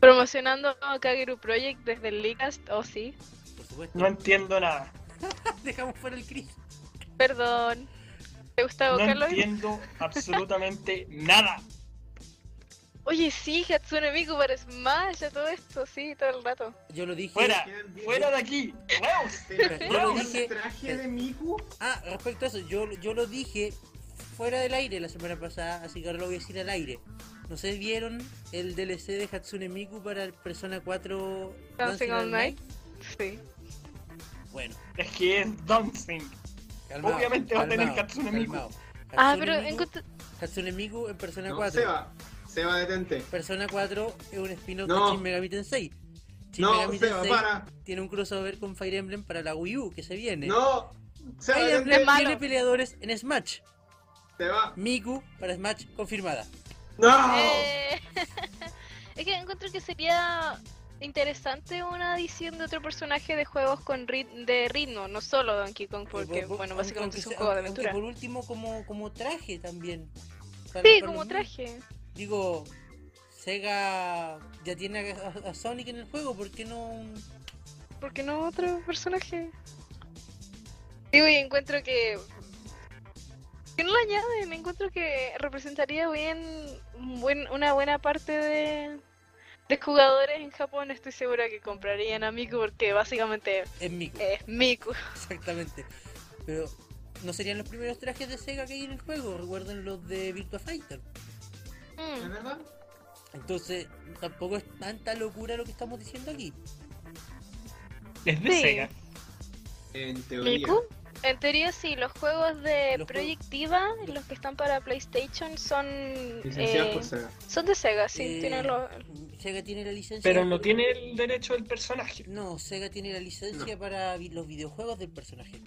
S6: Promocionando a Kageru Project desde el Leakcast, oh sí.
S3: Por supuesto.
S5: No entiendo nada.
S3: Dejamos fuera el Chris.
S6: Perdón. ¿Te gusta
S5: No
S6: Vocaloid?
S5: entiendo absolutamente nada.
S6: Oye, sí, Hatsune Miku para Smash, a todo esto, sí, todo el rato.
S3: Yo lo dije.
S5: Fuera,
S4: Quedan bien.
S5: fuera de aquí. ¡Huevos!
S4: ¿te
S3: Yo
S4: acuerdas
S3: lo
S4: del
S3: dije-
S4: traje de Miku?
S3: Ah, respecto a eso, yo, yo lo dije fuera del aire la semana pasada, así que ahora lo voy a decir al aire. ¿No se vieron el DLC de Hatsune Miku para el Persona 4
S6: Dancing All Night. Sí.
S3: Bueno,
S5: Es que es dancing.
S3: calmado.
S5: Obviamente va a tener
S3: calmado,
S5: Hatsune Miku.
S3: calmado.
S6: Ah,
S3: Hatsune
S6: pero
S3: Miku-
S6: encontré...
S3: Hatsune Miku en Persona
S4: No,
S3: 4.
S4: Seba, Seba, detente.
S3: Persona 4 es un spin-off
S4: No.
S3: de Shin Megami Tensei. Shin
S4: No,
S3: Megami
S4: Seba,
S3: Tensei
S4: para.
S3: tiene un crossover con Fire Emblem para la Wii U que se viene.
S4: No, Seba,
S3: Fire
S4: detente.
S3: Emblem
S6: malo.
S3: tiene peleadores en Smash.
S4: Seba.
S3: Miku para Smash confirmada.
S4: No.
S6: Eh, es que encuentro que sería interesante una edición de otro personaje de juegos con rit- de ritmo, no solo Donkey Kong,
S3: Por-
S6: porque,
S3: por-
S6: bueno,
S3: Pues, aunque-
S6: básicamente
S3: aunque
S6: es un
S3: sea-
S6: juego de
S3: aunque
S6: aventura.
S3: por último como, como traje también. Para-
S6: Sí,
S3: para
S6: como
S3: los
S6: traje.
S3: niños. Digo, Sega ya tiene a, a- a Sonic en el juego, ¿por qué no? un-
S6: ¿Por qué no otro personaje? Digo, y encuentro que. Que no lo añaden, encuentro que representaría bien un buen- una buena parte de, de jugadores en Japón. Estoy segura que comprarían a Miku porque básicamente
S3: Es Miku,
S6: es Miku.
S3: exactamente. Pero no serían los primeros trajes de Sega que hay en el juego, recuerden los de Virtua Fighter.
S4: ¿Es
S6: Mm,
S4: verdad?
S3: Entonces, tampoco es tanta locura lo que estamos diciendo aquí.
S5: Es de
S6: Sí.
S5: Sega.
S4: En teoría.
S6: ¿Miku? En teoría sí, los juegos de
S3: Los juegos-
S6: Proyectiva, los que están para PlayStation, son,
S4: Licenciados
S6: eh,
S4: por Sega.
S6: son de Sega, sí,
S3: pues. Eh,
S6: tienen los...
S3: Sega tiene la licencia.
S5: Pero no tiene el derecho del personaje.
S3: No, Sega tiene la licencia para vi- los videojuegos del personaje.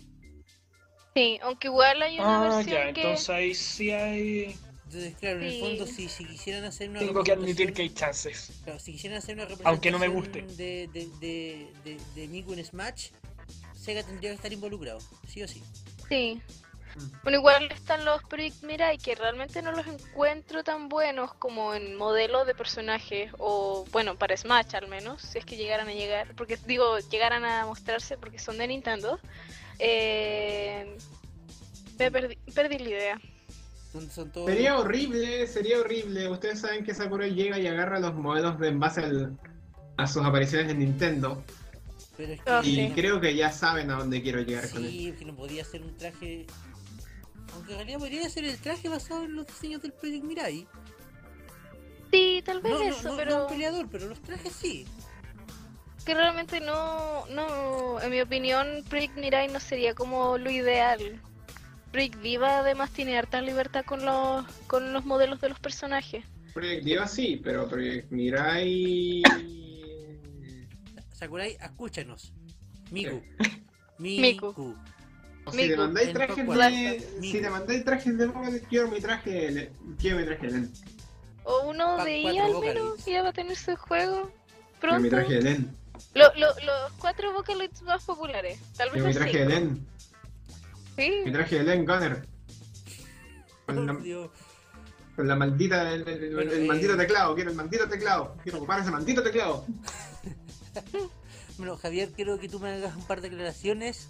S6: Sí, aunque igual hay una
S5: Ah,
S6: versión
S5: ya,
S6: que...
S5: entonces ahí sí hay.
S3: Entonces, claro, en el
S6: Sí.
S3: fondo, si, si quisieran hacer una.
S5: Tengo que admitir
S3: representación-
S5: que hay chances.
S3: claro, si quisieran hacer una representación.
S5: Aunque no me guste.
S3: De, de, de, de, de Miku en Smash, Sega tendría que estar involucrado, sí o sí.
S6: Sí. Bueno, igual están los Project Mirai que realmente no los encuentro tan buenos como en modelo de personajes o, bueno, para Smash al menos, si es que llegaran a llegar, porque digo, llegaran a mostrarse porque son de Nintendo. Eh, me perdí, perdí la idea.
S3: Son, son todos.
S4: Sería horrible, sería horrible. Ustedes saben que Sakurai llega y agarra los modelos de en base al- a sus apariciones en Nintendo.
S3: Pero es
S6: Ah,
S3: que-
S4: Y creo que ya saben a dónde quiero llegar con él.
S3: Sí, que no podía hacer un traje. Aunque en realidad podría hacer el traje basado en los diseños del Project Mirai.
S6: Sí, tal vez
S3: No, no,
S6: eso,
S3: no- no
S6: pero
S3: un peleador, pero los trajes sí.
S6: que realmente no, no, en mi opinión, Project Mirai no sería como lo ideal. Project Diva además tiene harta libertad con los, con los modelos de los personajes.
S4: Project Diva sí, pero Project Mirai.
S3: Sakurai, escúchanos. Miku.
S6: Miku.
S3: Miku.
S4: O si te
S6: Miku,
S4: mandáis
S3: el
S4: trajes
S3: Pascual.
S4: de. Si
S3: Miku.
S4: te mandáis trajes de Marvel, quiero mi traje de Len- Quiero mi traje de Len.
S6: O uno
S3: Pa-
S6: de
S3: cuatro
S6: IA al menos,
S3: vocaloids.
S6: que ya va a tener su juego
S4: Quiero mi
S6: pronto.
S4: traje de Len.
S6: Lo- lo- los cuatro vocaloids más populares, tal vez
S4: Quiero mi
S6: los
S4: traje de
S6: cinco.
S4: Len. Mi
S6: Sí,
S4: traje de Len Gunner. Con la,
S3: Por Dios.
S4: con la maldita. El, el- el-
S3: Bueno,
S4: el
S3: eh.
S4: maldito teclado, quiero el maldito teclado. Quiero ocupar ese maldito teclado.
S3: Bueno, Javier, quiero que tú me hagas un par de declaraciones.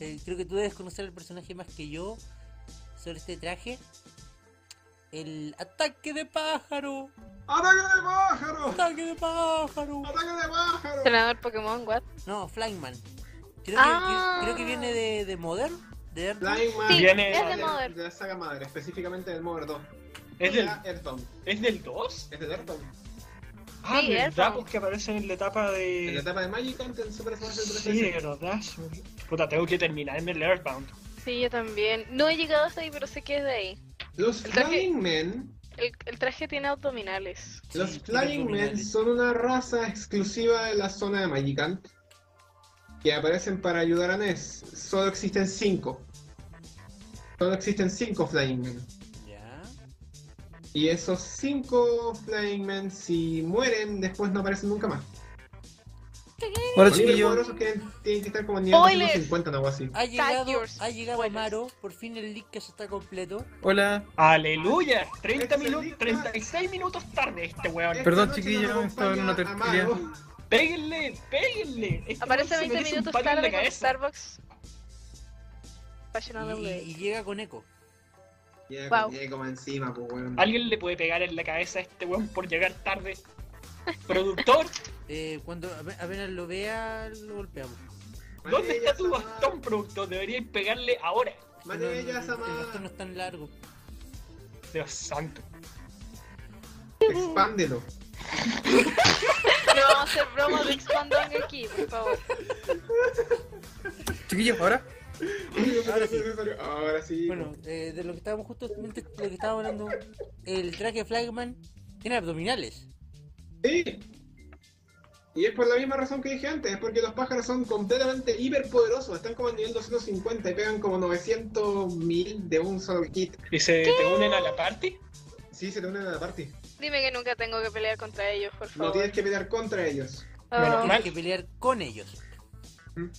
S3: Eh, creo que tú debes conocer el personaje más que yo sobre este traje. El ataque de pájaro.
S4: ¡Ataque de pájaro!
S3: Ataque de pájaro.
S4: ¡Ataque de pájaro!
S6: entrenador Pokémon, what?
S3: No, Flyman. Creo,
S6: Ah.
S3: que, creo que viene de, de Modern. De Earth.
S4: Flyman
S6: Sí,
S5: Viene-
S6: es de Mother.
S4: de la saga madre, específicamente del Mother 2.
S5: ¿Es del,
S4: Ah, Ya, Ayrton.
S5: ¿Es del 2?
S4: Es de Ayrton.
S5: Ah,
S6: Sí,
S5: ¿verdad?
S6: Earthbound.
S5: Pues que aparecen en la
S4: En
S5: etapa
S4: la
S5: de...
S4: etapa de Magic ante el Super Smash Bros.
S5: Sí, de verdad. sí. Puta, tengo que terminar en el Earthbound.
S6: Sí, yo también. No he llegado hasta ahí, pero sé que es de ahí.
S4: Los
S6: El traje-
S4: Flying Men,
S6: El, el traje tiene abdominales.
S4: los
S3: Sí,
S4: Flying
S3: tiene
S4: Men
S3: abdominales.
S4: son una raza exclusiva de la zona de Magicant que aparecen para ayudar a Ness. Solo existen 5. Solo existen 5 Flying Men.
S3: Ya.
S4: Y esos 5 Flying Men, si mueren, después no aparecen nunca más.
S7: Ahora
S4: Los niveles
S7: chiquillo,
S4: poderosos que tienen que estar como en nivel
S6: Spoilers.
S4: 250 o algo así.
S3: Ha llegado,
S6: yours.
S3: ha llegado
S6: Spoilers.
S3: Amaro. Por fin el leak que se está completo.
S7: hola.
S5: ¡Aleluya! 30 minutos,
S4: Excelente.
S5: 36 minutos tarde este weón.
S4: Esta
S7: Perdón,
S4: noche
S7: chiquillo,
S4: nos
S7: estaba en una
S4: acompaña
S7: tertulia.
S4: Amaro.
S5: ¡Péguenle! ¡Péguenle! Este
S6: Aparece
S5: weón se
S6: 20
S5: merece un
S6: minutos
S5: palo en la
S6: tarde con
S5: cabeza.
S6: Starbucks.
S3: Y,
S6: Passionado
S3: y- y llega con eco.
S4: Ya,
S6: Wow.
S4: ya, como encima, pues, weón.
S5: Alguien le puede pegar en la cabeza a este weón por llegar tarde. Productor,
S3: Eh, cuando ape- apenas lo vea, lo golpeamos.
S5: ¿dónde está tu
S4: Manella,
S5: bastón, productor? Deberías pegarle ahora.
S3: Es que
S4: Manella,
S3: no- no- el
S4: Samar.
S3: bastón no es tan largo.
S5: Dios santo.
S4: Expándelo.
S6: No vamos a hacer bromas de expandón aquí, por favor.
S7: Chiquillos, ahora.
S4: Ahora sí. Ahora sí.
S3: Bueno, eh, de lo que estábamos justamente de lo que estábamos hablando, el traje Flagman tiene abdominales.
S4: Sí. Y es por la misma razón que dije antes, es porque los pájaros son completamente hiperpoderosos, están como en nivel 250 y pegan como 900 mil de un solo kit.
S5: ¿Y se te unen a la party?
S4: Sí, se te unen a la party.
S6: Dime que nunca tengo que pelear contra ellos, por
S4: No
S6: favor.
S4: tienes que pelear contra ellos
S6: Ah,
S5: Menos mal.
S3: Hay que pelear con ellos.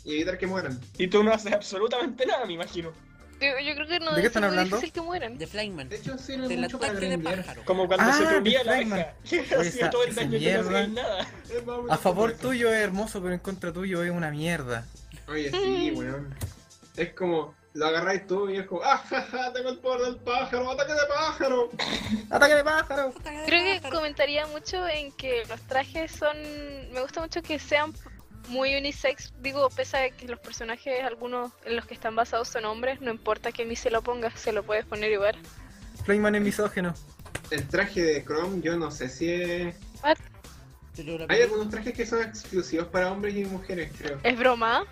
S4: y evitar que mueran.
S5: Y tú no haces absolutamente nada, me imagino.
S6: yo, yo creo que no
S7: ¿De qué
S6: debe
S7: están
S6: ser muy
S7: hablando?
S6: difícil que mueran.
S3: De Flagman.
S4: De hecho, sirve
S3: Del
S4: mucho para
S3: ataque de
S4: grindear.
S3: pájaro.
S5: Como cuando se
S7: Ah,
S5: te unía la
S7: Flagman.
S5: abeja.
S7: Oye,
S5: Hacía
S7: esa-
S5: todo el
S7: esa
S5: daño que no hacía
S7: mierda.
S5: nada.
S4: Es más o menos
S7: A favor
S4: por eso.
S7: tuyo es hermoso, pero en contra tuyo es una mierda.
S4: Oye, sí, weón. Es como, lo agarráis tú y es como, ¡ah, ja, ja! Tengo el poder del pájaro, ataque de pájaro.
S7: ¡Ataque de pájaro!
S6: Creo que comentaría mucho en que los trajes son. Me gusta mucho que sean muy unisex. Digo, pese a que los personajes, algunos en los que están basados son hombres, no importa que mi se lo pongas, se lo puedes poner igual.
S7: Flyman es misógeno.
S4: El traje de Chrome, yo no sé si es.
S3: Pero la
S4: Hay
S3: película-
S4: algunos trajes que son exclusivos para hombres y mujeres, creo.
S6: ¿Es broma?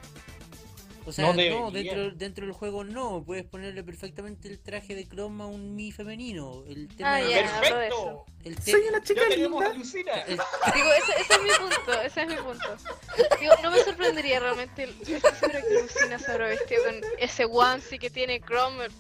S3: o sea,
S5: No
S3: no,
S5: debería.
S3: dentro, dentro del juego no. Puedes ponerle perfectamente el traje de croma a un mi femenino. El tema
S6: Ah, ya, hablo de
S5: ¡Perfecto!
S6: eso.
S3: el te-
S7: ¡Soy una chica
S5: ¡Ya tenemos a
S7: linda!
S5: Lucina!
S3: el-
S6: Digo, ese, ese es mi punto, ese es mi punto. Digo, no me sorprendería realmente el estoy segura que Lucina se habrá vestido con ese onesie que tiene Cromer.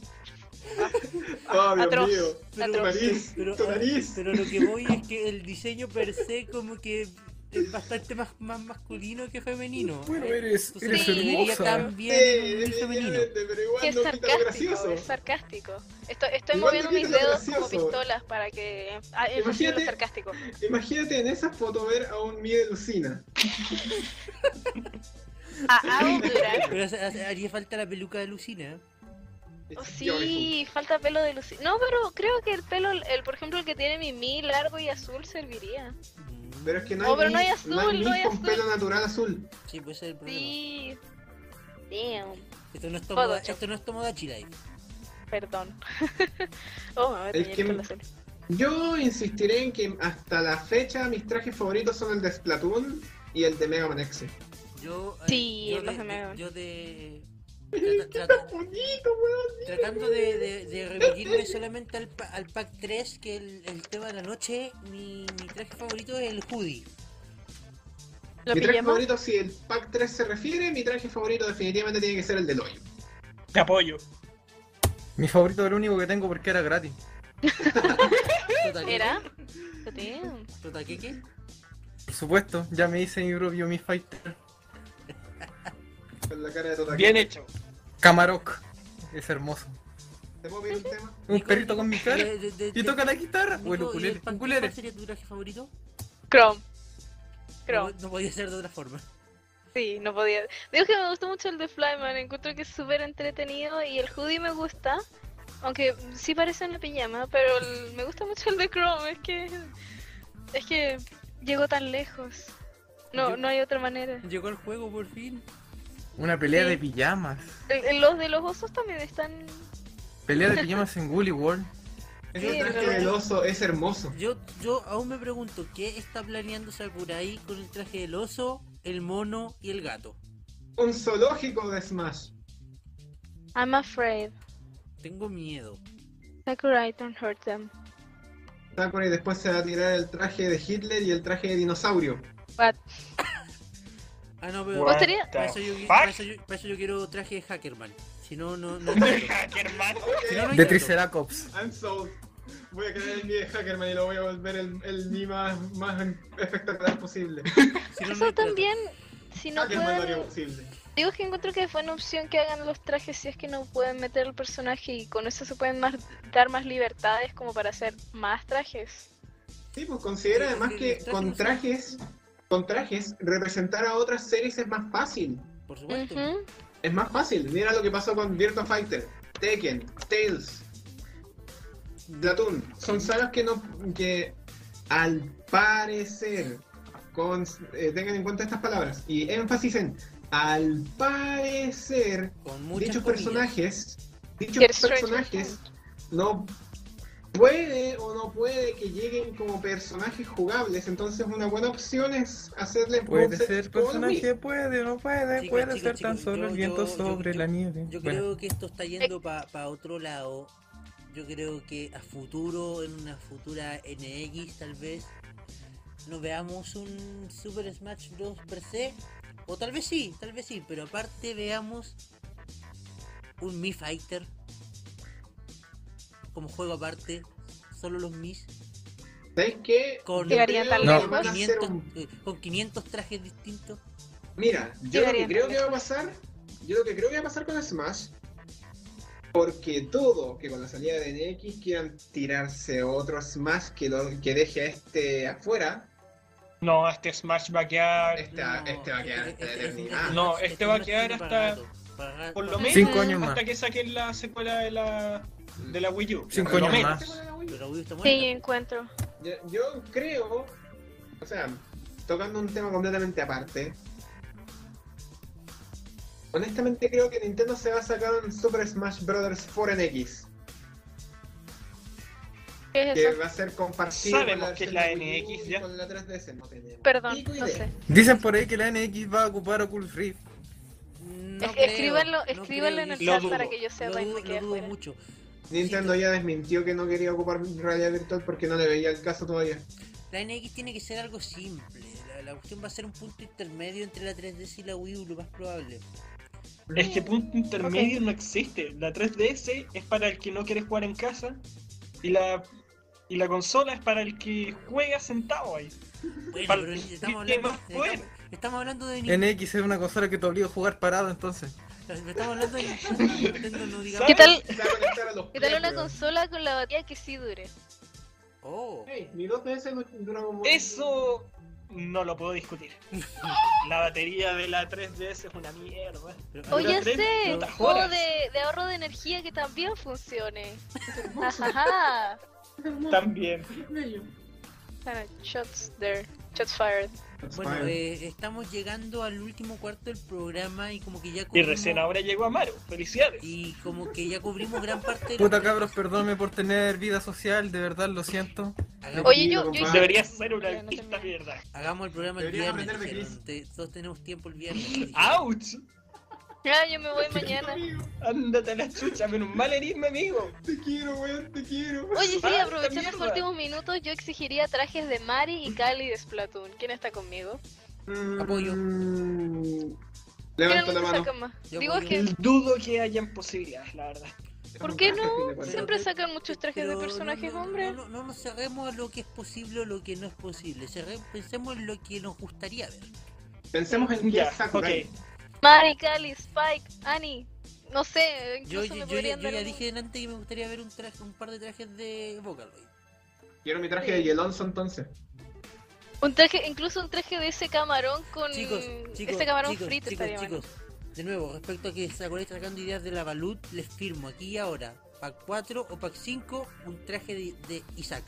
S4: ¡Oh, Dios
S6: atroz.
S4: mío!
S3: pero-
S4: Tu nariz,
S3: pero-
S4: tu nariz.
S3: pero lo que voy es que el diseño per se como que es bastante más, más masculino que femenino.
S4: Pues,
S7: Bueno,
S6: Eh,
S7: eres,
S3: Entonces,
S7: eres
S6: Sí,
S3: debería
S7: hermosa.
S3: también
S4: Eh,
S3: el femenino.
S4: eh, pero igual
S6: Es
S4: no quita lo gracioso.
S6: sarcástico, es sarcástico. Estoy, estoy
S4: Igual
S6: moviendo
S4: no
S6: mis
S4: quita lo
S6: dedos como
S4: gracioso.
S6: pistolas para que ah, enfoque lo
S4: Imagínate.
S6: sarcástico.
S4: Imagínate en esa foto ver a un Miguel Lucina.
S6: A Ao Durán.
S3: Pero hace- hace- haría falta la peluca de Lucina. ¿eh?
S6: Oh,
S4: Este
S6: sí, falta pelo de Lucina. No, pero creo que el pelo, el por ejemplo, el que tiene Mimi largo y azul serviría.
S3: Mm,
S4: Pero es que no hay,
S6: Oh, pero no hay
S4: Miss-
S6: azul,
S4: Miss
S6: no hay
S4: con
S6: azul.
S4: pelo natural azul.
S3: Sí, puede ser el problema.
S6: Sí. Damn.
S3: Esto no es Tomoda-
S6: Photoshop.
S3: esto no es Tomodachi Life.
S6: Perdón. oh, me voy a
S4: Es
S6: teñir
S4: que-
S6: con la azul.
S4: Yo insistiré en que hasta la fecha mis trajes favoritos son el de Splatoon y el de Mega Man X.
S3: Yo, eh,
S6: Sí,
S3: yo
S6: es lo que me hago.
S3: de, yo de- trata- trata-
S4: Bonito, weón.
S3: tratando de, de, de remitirme solamente al, pa- al pack 3, que el, el tema de la noche, mi, mi traje favorito es el hoodie.
S6: ¿Lo
S4: Mi traje
S6: pijama?
S4: favorito, si el pack 3 se refiere, mi traje favorito definitivamente tiene que ser el de Loyo.
S5: Te apoyo.
S7: Mi favorito era el único que tengo porque era gratis.
S3: Totaqueque,
S6: ¿Era? Damn.
S3: Totaqueque.
S7: Por supuesto, ya me hice mi propio Mi Fighter.
S4: Con la cara de Totaki.
S5: Bien hecho.
S7: Camarok. Es hermoso.
S4: ¿Te puedo pedir un tema?
S7: Un perrito con mi cara.
S3: De- de- de-
S7: Y toca la guitarra. O
S3: Nico, eh,
S7: el
S3: ¿y
S7: ukulele.
S3: pack-
S7: Ukulele.
S3: ¿Cuál sería tu traje favorito?
S6: Chrome.
S3: No,
S6: Chrome.
S3: no podía ser de otra forma.
S6: Sí, no podía. Digo que me gustó mucho el de Flyman, encuentro que es súper entretenido y el hoodie me gusta, aunque sí parece una pijama, pero el- me gusta mucho el de Chrome, es que es que llegó tan lejos. No,
S3: Yo-
S6: no hay otra manera.
S3: Llegó el juego por fin.
S7: Una pelea
S6: Sí.
S7: de pijamas.
S6: El- el- los de los osos también están
S7: Pelea de pijamas en Woolly World.
S4: Ese
S6: Sí,
S4: traje
S6: pero-
S4: del oso es hermoso.
S3: Yo, yo aún me pregunto, ¿qué está planeando Sakurai con el traje del oso, el mono y el gato?
S4: Un zoológico de Smash.
S6: I'm afraid.
S3: Tengo miedo.
S6: Sakurai don't hurt them.
S4: Sakura y después se va a tirar el traje de Hitler y el traje de dinosaurio.
S6: But
S3: Ah, no, pero...
S6: What? gustaría-
S5: the
S3: Para eso, yo,
S5: fuck?
S3: para eso yo- para eso yo quiero traje de Hackerman. Si no, no, no. no entro.
S5: Hacker, man.
S3: Si no, no
S7: De
S3: entro.
S7: Triceratops.
S4: I'm sold. Voy a crear el mí de Hackerman y lo voy a volver el, el mí más, más espectacular posible.
S3: Si no, no
S6: eso
S3: entro.
S6: también si no
S4: Hackerman lo
S6: pueden
S4: haría posible.
S6: Digo que encuentro que es buena opción que hagan los trajes si es que no pueden meter el personaje y con eso se pueden más- dar más libertades como para hacer más trajes.
S4: Sí, pues considera
S3: Sí,
S4: además
S3: sí,
S4: que
S3: los trajes
S4: con
S3: no son-
S4: trajes, con trajes, representar a otras series es más fácil.
S3: Por supuesto.
S6: Ujú.
S4: Es más fácil. Mira lo que pasó con Virtua Fighter, Tekken, Tails, Platoon. Son sagas que no que al parecer con, eh, tengan en cuenta estas palabras y énfasis en al parecer
S3: Con muchas
S4: dichos
S3: comillas.
S4: personajes dichos
S6: Get straight to the
S4: personajes no puede o no puede que lleguen como personajes jugables entonces una buena opción es hacerles
S7: Puede
S4: voces
S7: ser
S4: como en Wii.
S7: personaje, puede o no puede,
S3: Chicos,
S7: puede
S3: chicos,
S7: ser tan
S3: chicos,
S7: solo
S3: yo-
S7: el viento
S3: yo- yo-
S7: sobre
S3: yo-
S7: la nieve.
S3: Yo
S7: Bueno,
S3: creo que esto está yendo para otro lado. Yo creo que a futuro, en una futura NX tal vez, no veamos un Super Smash Bros. per se. O tal vez sí, tal vez sí, pero aparte veamos un Mi Fighter como juego aparte, solo los Mis,
S4: ¿Sabes qué?
S3: con,
S4: Yo
S6: Llegarían tan
S4: creo que
S7: lejos.
S4: van a hacer
S3: 500,
S4: un
S3: eh, con 500 trajes distintos.
S4: Mira, yo lo que
S6: Llegaría
S4: creo
S6: tan
S4: que va a pasar, yo lo que creo que va a pasar con Smash, porque todo que con la salida de NX quieran tirarse otro Smash que, lo- que deje a este afuera,
S5: No, este Smash va a quedar.
S4: este, va-
S3: No,
S4: este va a quedar hasta
S3: este-
S4: la
S3: este-
S4: eternidad.
S5: No, este va a
S3: no
S5: quedar
S3: sirve
S5: hasta-
S3: para rato, para rato,
S5: Por lo
S3: para-
S5: menos.
S7: Cinco años más.
S5: Hasta que saquen la secuela de la,
S4: Ah,
S5: de la Wii U.
S7: Cinco
S5: Por lo
S7: años
S5: menos.
S7: más.
S3: Pero Wii está
S6: Sí,
S3: muerta.
S6: encuentro.
S4: Yo, yo creo, o sea, tocando un tema completamente aparte, honestamente creo que Nintendo se va a sacar un Super Smash Bros. 4NX,
S6: ¿Qué es
S4: que
S6: eso?
S4: va a ser compartido
S5: Sabemos
S4: versión
S5: que es la
S4: de Wii U
S5: NX
S4: y
S5: ya.
S4: con la 3DS. No tenemos
S6: Perdón,
S4: ni idea.
S6: no sé.
S7: Dicen por ahí que la NX va a ocupar Oculus Rift.
S3: No
S6: Es-
S3: creo,
S6: escríbanlo
S3: no
S6: escríbanlo
S3: creo,
S6: en el
S5: Lo
S6: chat
S5: dudo,
S6: para que yo
S3: Lo
S6: sepa y
S3: dudo,
S6: me quede
S3: lo dudo
S6: afuera.
S3: mucho.
S4: Nintendo ya desmintió que no quería ocupar realidad virtual porque no le veía el caso todavía.
S3: La NX tiene que ser algo simple. La, la cuestión va a ser un punto intermedio entre la 3DS y la Wii U, lo más probable.
S5: Es que punto intermedio no existe. La 3DS es para el que no quiere jugar en casa. Y la Y la consola es para el que juega sentado ahí.
S3: Bueno,
S5: Pal-
S3: pero estamos
S5: ¿Qué
S3: hablando,
S5: más
S3: estamos,
S5: puede?
S3: estamos hablando de Nintendo.
S7: NX es una consola que te obliga a jugar parado, entonces.
S3: Estamos hablando de Nintendo. Nintendo no diga.
S5: ¿Sabes?
S6: ¿Qué tal,
S4: Se va a conectar a los
S6: ¿Qué tal
S4: pies,
S6: una
S4: weón.
S6: consola con la batería que sí dure?
S3: Oh.
S4: Hey, ni dos veces no duramos mucho.
S5: Eso no lo puedo discutir. La batería de la 3DS es una mierda.
S3: Pero-
S6: O ya
S5: Dura tres
S6: sé,
S5: minutas,
S6: o
S5: horas.
S6: de, de ahorro de energía que también funcione. Ajá.
S5: También.
S6: Ah, Shots there. Shots fired.
S4: That's
S3: Bueno,
S4: fine.
S3: eh, estamos llegando al último cuarto del programa y como que ya
S5: Y
S3: cubrimos,
S5: recién ahora llegó Amaro. Felicidades.
S3: y como que ya cubrimos gran parte de
S7: Puta cabros, perdónme por tener vida social, de verdad lo siento.
S3: Hagamos,
S6: Oye, yo, yo hice...
S5: Deberías ser un
S6: Ya, no
S5: artista
S6: terminé.
S5: mierda.
S3: hagamos el programa el
S4: Deberías
S3: viernes.
S4: aprender de
S3: dijeron. Te- todos tenemos tiempo el viernes.
S5: ¡Auch!
S6: Ah, yo me voy mañana.
S4: Amigo,
S5: Ándate a la chucha, menos mal herís, mi amigo.
S4: te quiero, weón, te quiero.
S6: Oye, sí,
S5: Ah,
S6: aprovechando estos
S5: mierda.
S6: últimos minutos, yo exigiría trajes de Mari y Cali de Splatoon. ¿Quién está conmigo?
S4: Mm,
S3: Apoyo.
S6: ¿Quién
S4: Levanta la
S6: no
S4: mano.
S6: sacan más?
S3: Yo
S6: Digo, es
S3: apoyo.
S6: que
S5: Dudo que hayan posibilidades, la verdad.
S6: ¿Por qué
S4: no?
S6: siempre sacan muchos trajes de
S3: Pero
S6: personajes
S3: no, no,
S6: hombres.
S3: No, no, no nos cerremos a lo que es posible o lo que no es posible. Cerre- pensemos en lo que nos gustaría ver.
S4: Pensemos en
S5: Ya,
S4: ya,
S5: ok.
S4: Sakurai.
S6: Mari, Cali, Spike, Annie. No sé,
S3: Yo,
S6: incluso
S3: yo,
S6: me
S3: yo ya-
S6: podrían
S3: yo
S6: dar
S3: ya
S6: un-
S3: dije antes que me gustaría ver un, traje, un par de trajes de Vocaloid.
S4: Quiero mi traje de Yelonzo entonces.
S6: Un traje, incluso un traje de ese camarón con
S3: Chicos, chicos,
S6: ese Mm, este camarón
S3: chicos,
S6: frito
S3: chicos,
S6: estaría bueno.
S3: chicos, de nuevo, respecto a que Sakurai sacando ideas de la Balut, les firmo aquí y ahora, pack 4 o pack 5, un traje de, de Isaac.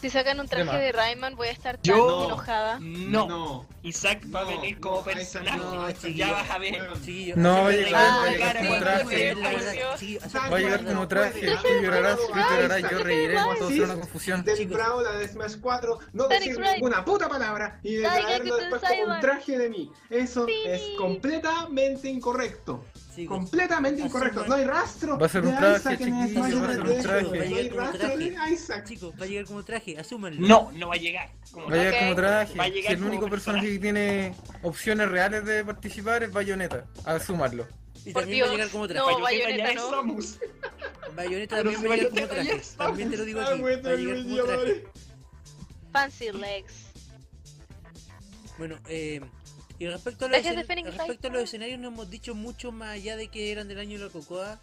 S6: Si sacan un traje
S7: Emma.
S6: de Rayman voy a estar tan
S5: Yo-
S6: enojada.
S5: No.
S4: No.
S5: Isaac va
S4: No,
S5: a venir
S4: no,
S5: como
S4: ahí está,
S5: personaje.
S3: no,
S5: ya
S3: chiquillo.
S5: vas a ver.
S4: Weón.
S3: Chiquillo,
S7: No,
S3: Isaac
S7: va a
S3: Rayman,
S7: llegar, va a
S3: Rayman,
S7: llegar como
S3: Rayman,
S7: traje.
S3: Rayman, Rayman, chiquillo,
S5: Ah,
S3: Isaac
S7: Va a llegar
S3: Rayman,
S5: pues,
S7: como traje,
S4: Traje
S7: tú llorarás, yo
S4: de
S7: llorarás, yo
S4: Minecraft.
S7: reiré, todo
S4: Sí.
S7: será una confusión.
S4: Del
S3: Chicos.
S4: Brawl a de Smash 4, no
S6: That
S4: decir
S6: is right.
S4: ninguna puta palabra y de
S6: Daiga
S4: traerlo
S6: Kuten
S4: después como un
S6: Saiban.
S4: traje de mí. Eso
S6: Sí.
S4: es completamente incorrecto.
S3: chicos.
S4: Completamente
S3: Así
S4: incorrecto.
S3: no-
S4: No hay rastro.
S7: Va a ser
S4: de
S7: un traje,
S4: Isaac en esta
S7: chiquillo,
S3: va a
S4: imagen
S3: ser
S4: de
S3: un
S4: esto.
S3: traje.
S4: No hay rastro de Isaac.
S3: Chicos, va a llegar como traje, asúmanlo.
S5: No, no va a llegar. Como
S7: Va a llegar
S6: Ok.
S7: como
S5: Va a
S7: traje.
S5: llegar
S7: Si el
S5: como
S7: único personaje que tiene opciones reales de participar es Bayonetta. A sumarlo.
S3: Y
S6: Por
S3: también va a
S6: Dios,
S3: llegar como traje.
S6: No,
S5: Bayonetta
S6: Bayonetta
S5: ya es
S6: no.
S5: Samus.
S3: Bayonetta
S5: Pero
S3: también
S5: si
S3: va a llegar como
S5: Bayonetta ya
S3: traje.
S5: está.
S3: También te lo digo aquí,
S4: Ah, weón,
S3: va a llegar
S4: el
S3: como traje.
S4: violador.
S6: Fancy legs.
S3: Bueno, eh, y respecto a, los
S6: Trajes de
S3: escena-
S6: Phoenix Wright.
S3: respecto a los escenarios, no hemos dicho mucho más allá de que eran del año de la Cocoa.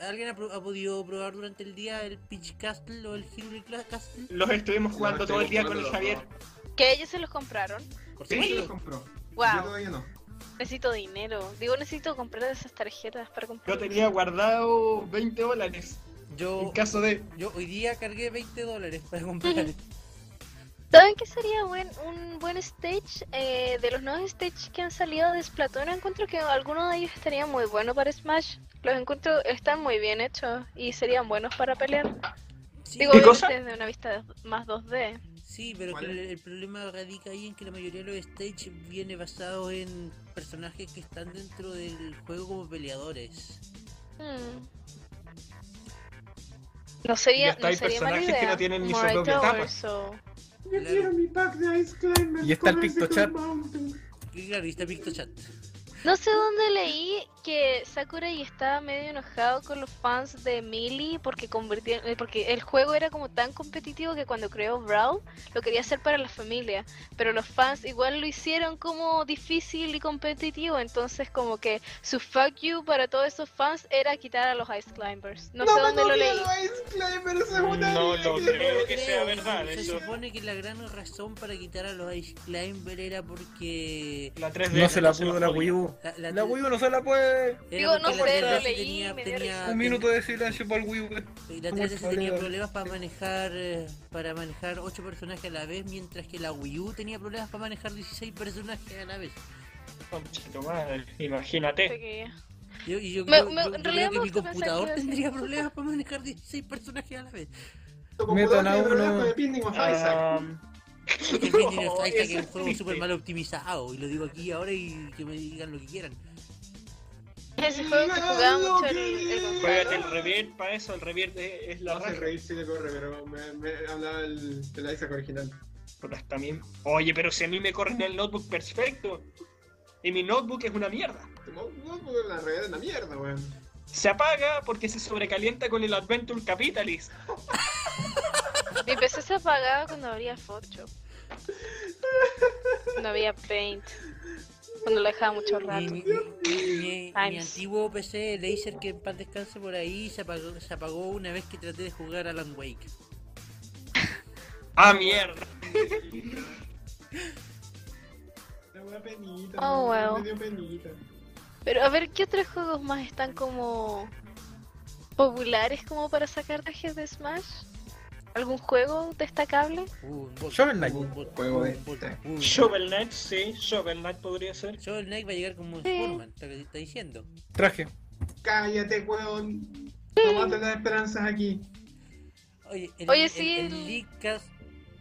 S3: ¿Alguien ha, pro- ha podido probar durante el día el Peach Castle o el Hyrule Cla- Castle?
S5: Los estuvimos jugando
S4: No,
S5: todo el día
S4: estoy
S5: con el
S4: jugando,
S5: Javier.
S6: Que ellos se los compraron.
S3: Por
S4: Sí, se
S3: supuesto.
S4: los compró. Yo
S6: Wow,
S4: todavía no.
S6: necesito dinero. Digo, necesito comprar esas tarjetas para comprar.
S5: Yo tenía guardado 20 dólares. En
S3: Yo,
S5: caso de.
S3: yo hoy día cargué 20 dólares para comprar.
S6: ¿Saben qué sería buen, un buen stage? Eh, de los nuevos stages que han salido de Splatoon, encuentro que alguno de ellos estaría muy bueno para Smash. Los encuentro, están muy bien hechos y serían buenos para pelear.
S3: Sí,
S6: Digo,
S5: ¿Qué
S6: obviamente
S5: cosa?
S6: desde una vista de- más 2D.
S3: sí, pero
S4: ¿Cuál?
S3: el, el problema radica ahí en que la mayoría de los stages viene basado en personajes que están dentro del juego como peleadores.
S6: Hmm. No
S5: Y
S6: sería,
S5: hasta
S6: no
S5: hay
S6: sería mala
S5: personajes que
S6: idea.
S5: no tienen ni su
S6: Moray
S5: propia etapa.
S6: Towers o-
S4: Yo
S3: Claro.
S4: quiero mi pack de Ice Climbers.
S7: Y está el
S4: con Ice
S7: PictoChat.
S4: Climbers Mountain.
S3: Y claro, y está PictoChat.
S6: No sé dónde leí que Sakurai estaba medio enojado con los fans de Melee porque convirtieron, eh, porque el juego era como tan competitivo que cuando creó Brawl lo quería hacer para la familia, pero los fans igual lo hicieron como difícil y competitivo, entonces como que su fuck you para todos esos fans era quitar a los Ice Climbers. No, sé
S4: me
S6: dónde lo
S4: comí
S6: leí.
S4: el Ice Climbers, es una
S5: No
S4: mierda.
S5: lo creo. que sea
S3: creo,
S5: verdad,
S3: Se
S5: eso.
S3: supone que la gran razón para quitar a los Ice Climber era porque.
S5: La 3D.
S7: No se la pudo
S5: los
S7: la
S5: podía.
S7: Wii U.
S3: La, la-
S7: La Wii U no se la puede.
S3: era
S6: Digo, no
S3: porque la
S6: sé, lo
S3: 3DS
S6: leí,
S3: tenía-
S6: me dio
S3: tenía-
S6: risa.
S7: Un minuto de silencio para el Wii U.
S3: La
S7: ¿Cómo
S3: 3DS
S7: sale
S3: tenía
S7: la-
S3: problemas para manejar eh, para manejar 8 personajes a la vez, mientras que la Wii U tenía problemas para manejar 16 personajes a la vez.
S5: Concha tu madre, Imagínate.
S3: Yo, y yo
S6: Me-
S3: creo,
S6: me-
S3: yo-
S6: en
S3: yo creo
S6: realidad
S3: que
S6: me
S3: mi
S6: gusta pensar que
S3: computador
S6: iba a ser-
S3: tendría problemas para manejar 16 personajes a la vez.
S4: Como
S7: Metan
S4: jugador
S7: a
S4: de
S7: uno-
S4: Dragon Ball Binding of Isaac.
S5: Um,
S3: Porque el Binding of Isaac
S5: Oh, eso
S3: es un
S5: es
S3: juego
S5: triste.
S3: súper mal optimizado, y lo digo aquí ahora y que me digan lo que quieran.
S6: Ese juego que jugaba mucho el, el
S5: Juegate el
S6: Gonzalo.
S5: revert para eso. El revert es, es la
S4: No sé
S5: raja.
S4: reír si le corre, pero me, me hablaba el, del Isaac original.
S5: Putas, también. Oye, pero si a mí me corren el notebook perfecto. Y mi notebook es una mierda.
S4: No, no, porque la realidad es una mierda, weón.
S5: Se apaga porque se sobrecalienta con el Adventure Capitalist.
S6: Mi PC se apagaba cuando abría Photoshop. No había Paint. Cuando lo dejaba mucho
S3: Mi,
S6: rato.
S3: mi- mi- mi- mi
S6: Times.
S3: antiguo PC Laser que en paz descanse por ahí se apagó, se apagó una vez que traté de jugar Alan Wake.
S5: ¡Ah, mierda!
S4: La wea penita.
S6: Oh,
S4: la wea
S6: well.
S4: Me dio penita.
S6: Pero a ver, ¿qué otros juegos más están como populares como para sacar trajes de Smash? ¿Algún juego destacable?
S3: Uh, un bot,
S7: Shovel Knight.
S3: un bot,
S4: Juego
S3: un
S4: de-
S3: bot, un bot.
S5: Shovel Knight, sí, Shovel Knight podría ser.
S3: Shovel Knight va a llegar como un Superman, lo que te está diciendo.
S7: Traje.
S4: Cállate, weón. No mates las esperanzas aquí.
S3: Oye, el,
S6: Oye,
S3: el-
S6: sí,
S3: el
S6: el-
S3: Leadcast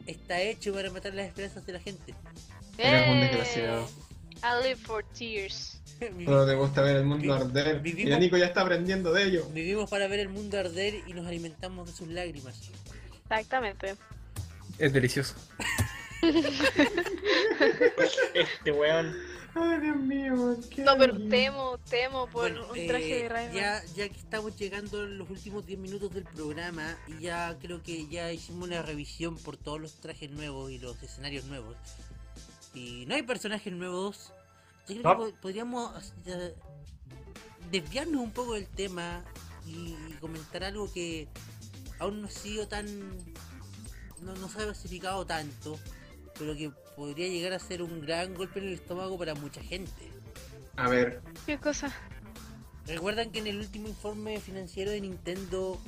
S3: está hecho para matar las esperanzas de la gente.
S4: Eres un
S6: ¡Eh!
S4: desgraciado.
S6: I live for tears.
S3: Vivi-
S4: Solo te gusta ver el mundo
S3: Vi-
S4: arder. Y
S3: vivimos-
S4: la Nico ya está aprendiendo de ello.
S3: Vivimos para ver el mundo arder y nos alimentamos de sus lágrimas.
S6: Exactamente.
S7: Es delicioso.
S5: Este weón.
S4: Ay, Dios mío. qué
S6: No, pero
S4: horrible.
S6: Mm. temo, temo por
S3: Bueno,
S6: un traje
S3: eh,
S6: de Rayman.
S3: Ya, ya que estamos llegando en los últimos 10 minutos del programa y ya creo que ya hicimos una revisión por todos los trajes nuevos y los escenarios nuevos. Y no hay personajes nuevos. Yo creo
S5: No.
S3: que po- podríamos eh, desviarnos un poco del tema y, y comentar algo que aún no ha sido tan. No, no se ha clasificado tanto, pero que podría llegar a ser un gran golpe en el estómago para mucha gente.
S4: A ver.
S6: ¿Qué cosa?
S3: ¿Recuerdan que en el último informe financiero de Nintendo,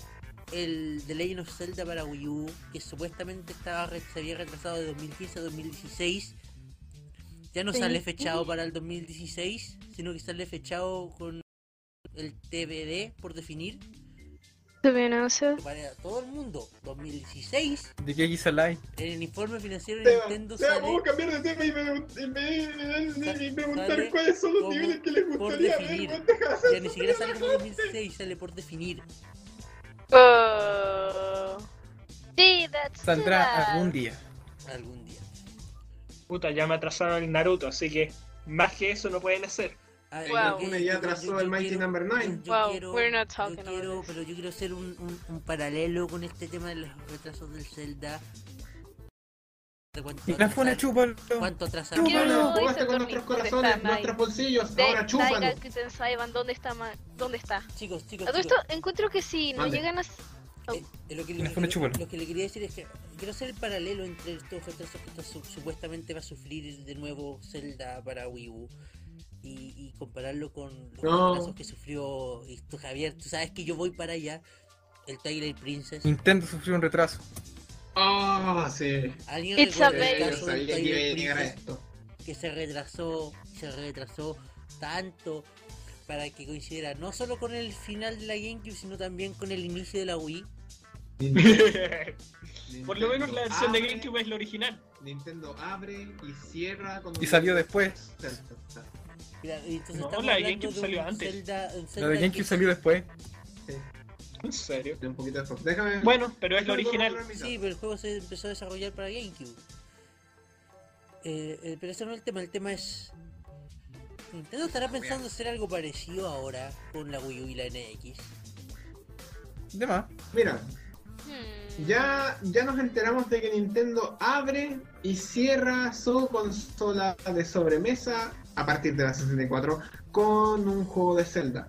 S3: el The Legend of Zelda para Wii U, que supuestamente estaba re- se había retrasado de 2015 a 2016, ya no sale fechado para el 2016, sino que sale fechado con el TBD por definir
S6: ¿Te viene a hacer?
S3: para todo el mundo. 2016,
S7: ¿De qué quizá la hay?
S3: en el informe financiero de
S4: Seba,
S3: Nintendo
S4: Seba,
S3: sale
S4: vamos a cambiar de tema y me, y me- y me- y me
S3: Sale
S4: preguntar cuáles son los
S3: como
S4: niveles que les
S3: por
S4: gustaría
S3: definir.
S4: ver. weón, deja de hacer
S3: ya ni
S4: eso,
S3: siquiera
S4: weón.
S3: sale como 2016, sale por definir.
S6: Oh. Sí, that's
S7: Saldrá
S6: that.
S7: algún día.
S3: Algún día.
S5: Puta, ya me atrasaron el Naruto, así que más que eso no pueden hacer.
S3: A ver,
S6: Wow.
S3: lo Ah, que-
S4: Una ya
S3: yo- yo-
S4: atrasó
S3: yo
S4: el Mighty
S3: quiero-
S4: Number
S3: yo-
S4: 9.
S3: yo
S6: Wow,
S3: quiero-
S6: we're not
S3: yo
S6: talking about
S3: quiero-
S6: this.
S3: pero yo quiero hacer un, un- un paralelo con este tema de los retrasos del Zelda. De cuánto
S7: Micrófono,
S3: atrasar-
S7: chúpalo.
S3: cuánto atrasar-
S6: Yo
S4: Chúpalo,
S6: no,
S4: jugaste
S6: dice
S4: con
S6: Tommy,
S4: nuestros
S6: ¿dónde está
S4: corazones,
S6: Mike?
S4: nuestros bolsillos,
S6: De
S4: ahora chúpalo.
S6: Taiga Kuten Saiban, ¿dónde está? ma- ¿Dónde está?
S3: Chicos, chicos,
S6: A todo esto
S3: chicos,
S6: encuentro que si no
S4: ¿Dónde?
S6: llegan a...
S3: eh, eh, lo, que le,
S7: Micrófono,
S3: lo-
S7: chúpalo.
S3: lo que le quería decir es que quiero hacer el paralelo entre estos retrasos que esto su- supuestamente va a sufrir de nuevo Zelda para Wii U. Y, y compararlo con los
S4: No.
S3: retrasos que sufrió y tú, Javier. Tú sabes que yo voy para allá. El Twilight Princess.
S7: Nintendo sufrió un retraso.
S4: Ah, sí.
S3: ¿Alguien
S6: It's
S3: recuerda
S6: a
S3: el
S4: Eh,
S6: baby.
S4: Yo
S3: caso del
S4: sabía que iba a
S3: Twilight
S4: llegar a
S3: Princess?
S4: esto.
S3: que se retrasó, se retrasó tanto para que coincidiera no solo con el final de la GameCube, sino también con el inicio de la Wii.
S5: Por lo menos la versión de
S3: Ah,
S4: Abre,
S5: GameCube es la original.
S4: Nintendo abre y cierra con
S7: Y salió después.
S3: Mira, y Entonces
S5: No,
S3: estamos
S5: la de
S3: hablando
S5: GameCube
S3: un
S5: salió antes.
S3: Zelda- un
S7: La
S3: Zelda
S7: de
S3: que-
S7: GameCube salió después.
S4: Sí,
S5: En serio.
S4: un poquito después. Déjame.
S5: Bueno, pero es la original.
S3: Sí, pero el juego se empezó a desarrollar para GameCube. Eh, eh, pero ese no es el tema, el tema es... Nintendo estará pensando hacer algo parecido ahora con la Wii U y la NX.
S7: De más.
S4: Mira,
S6: Hmm.
S4: ya, ya nos enteramos de que Nintendo abre y cierra su consola de sobremesa a partir de la 64 con un juego de Zelda.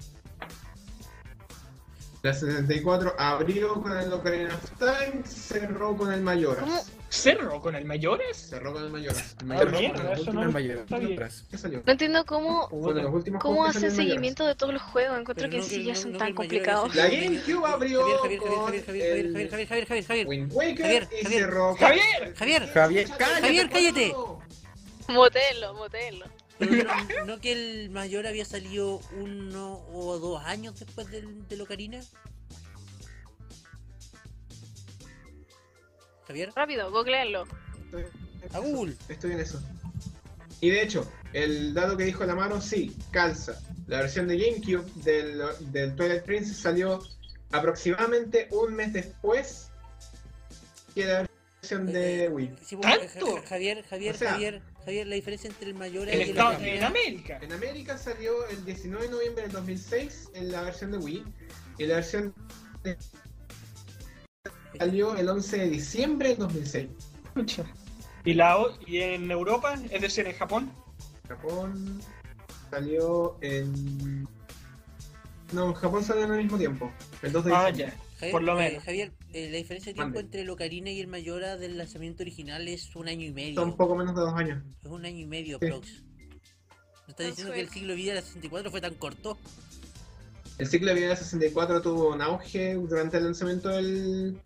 S4: La 64 abrió con el Ocarina of Time, cerró con el
S6: ¿Cómo?
S4: Mayoras.
S5: ¿Cerro con el Mayores?
S4: Cerró con el Mayoras. El Mayoras
S7: Cerró
S5: Ah, mierda,
S4: fue de
S5: eso
S7: con los
S4: los últimos
S5: no-
S7: últimos mayores.
S5: está bien.
S7: retrasos.
S4: que salió.
S6: No entiendo cómo,
S4: Fue de los últimos
S6: cómo
S4: juegos que
S6: hacen
S4: salió en Mayoras.
S6: seguimiento de todos los juegos. Encuentro
S3: Pero
S6: que
S3: no
S6: sí,
S3: que-
S6: ya
S3: no-
S6: son
S3: no que
S6: tan
S3: el mayor
S6: complicados.
S3: es el-
S4: La GameCube abrió
S3: Javier,
S4: con
S3: Javier, Javier, Javier,
S4: el-
S3: Javier, Javier, Javier, Javier, Javier.
S4: Wind Waker
S3: Javier,
S4: y
S3: Javier.
S4: cerró con-
S5: Javier.
S3: Javier.
S7: Javier,
S3: Javier, cállate.
S6: Motelo, motelo.
S3: Pero no, no que el mayor había salido uno o dos años después del, del Ocarina. Javier,
S6: Rápido, googleenlo.
S3: a Google.
S4: Estoy en eso. Y de hecho, el dato que dijo la mano, sí, calza. La versión de GameCube del, del Twilight Princess salió aproximadamente un mes después que la versión de Wii.
S3: Sí, bueno,
S5: ¿Tanto?
S3: Ja- Ja- Javier, Javier,
S4: O sea-
S3: Javier, Javier, la diferencia entre el mayor
S5: En,
S3: y el
S5: Estados- en
S3: Ocarina.
S5: América.
S4: En América salió el 19 de noviembre del 2006 en la versión de Wii y la versión de Salió el 11 de diciembre del 2006.
S5: Pucha. Y, la, o- y en Europa, es decir, en Japón,
S4: Japón salió en. No, en Japón salió al mismo tiempo. El 2 de
S5: ah,
S4: diciembre.
S5: ya. Por lo
S3: eh,
S5: menos.
S3: Javier, eh, la diferencia de tiempo
S4: Mande.
S3: entre el Ocarina y el Mayora del lanzamiento original es un año y medio.
S4: Son poco menos de dos años.
S3: Es un año y medio,
S4: Sí.
S3: prox. ¿No estás
S6: Tan
S3: diciendo que el
S6: suelto.
S3: siglo de vida de la 64 fue tan corto?
S4: El ciclo de vida de 64 tuvo un auge durante el lanzamiento del.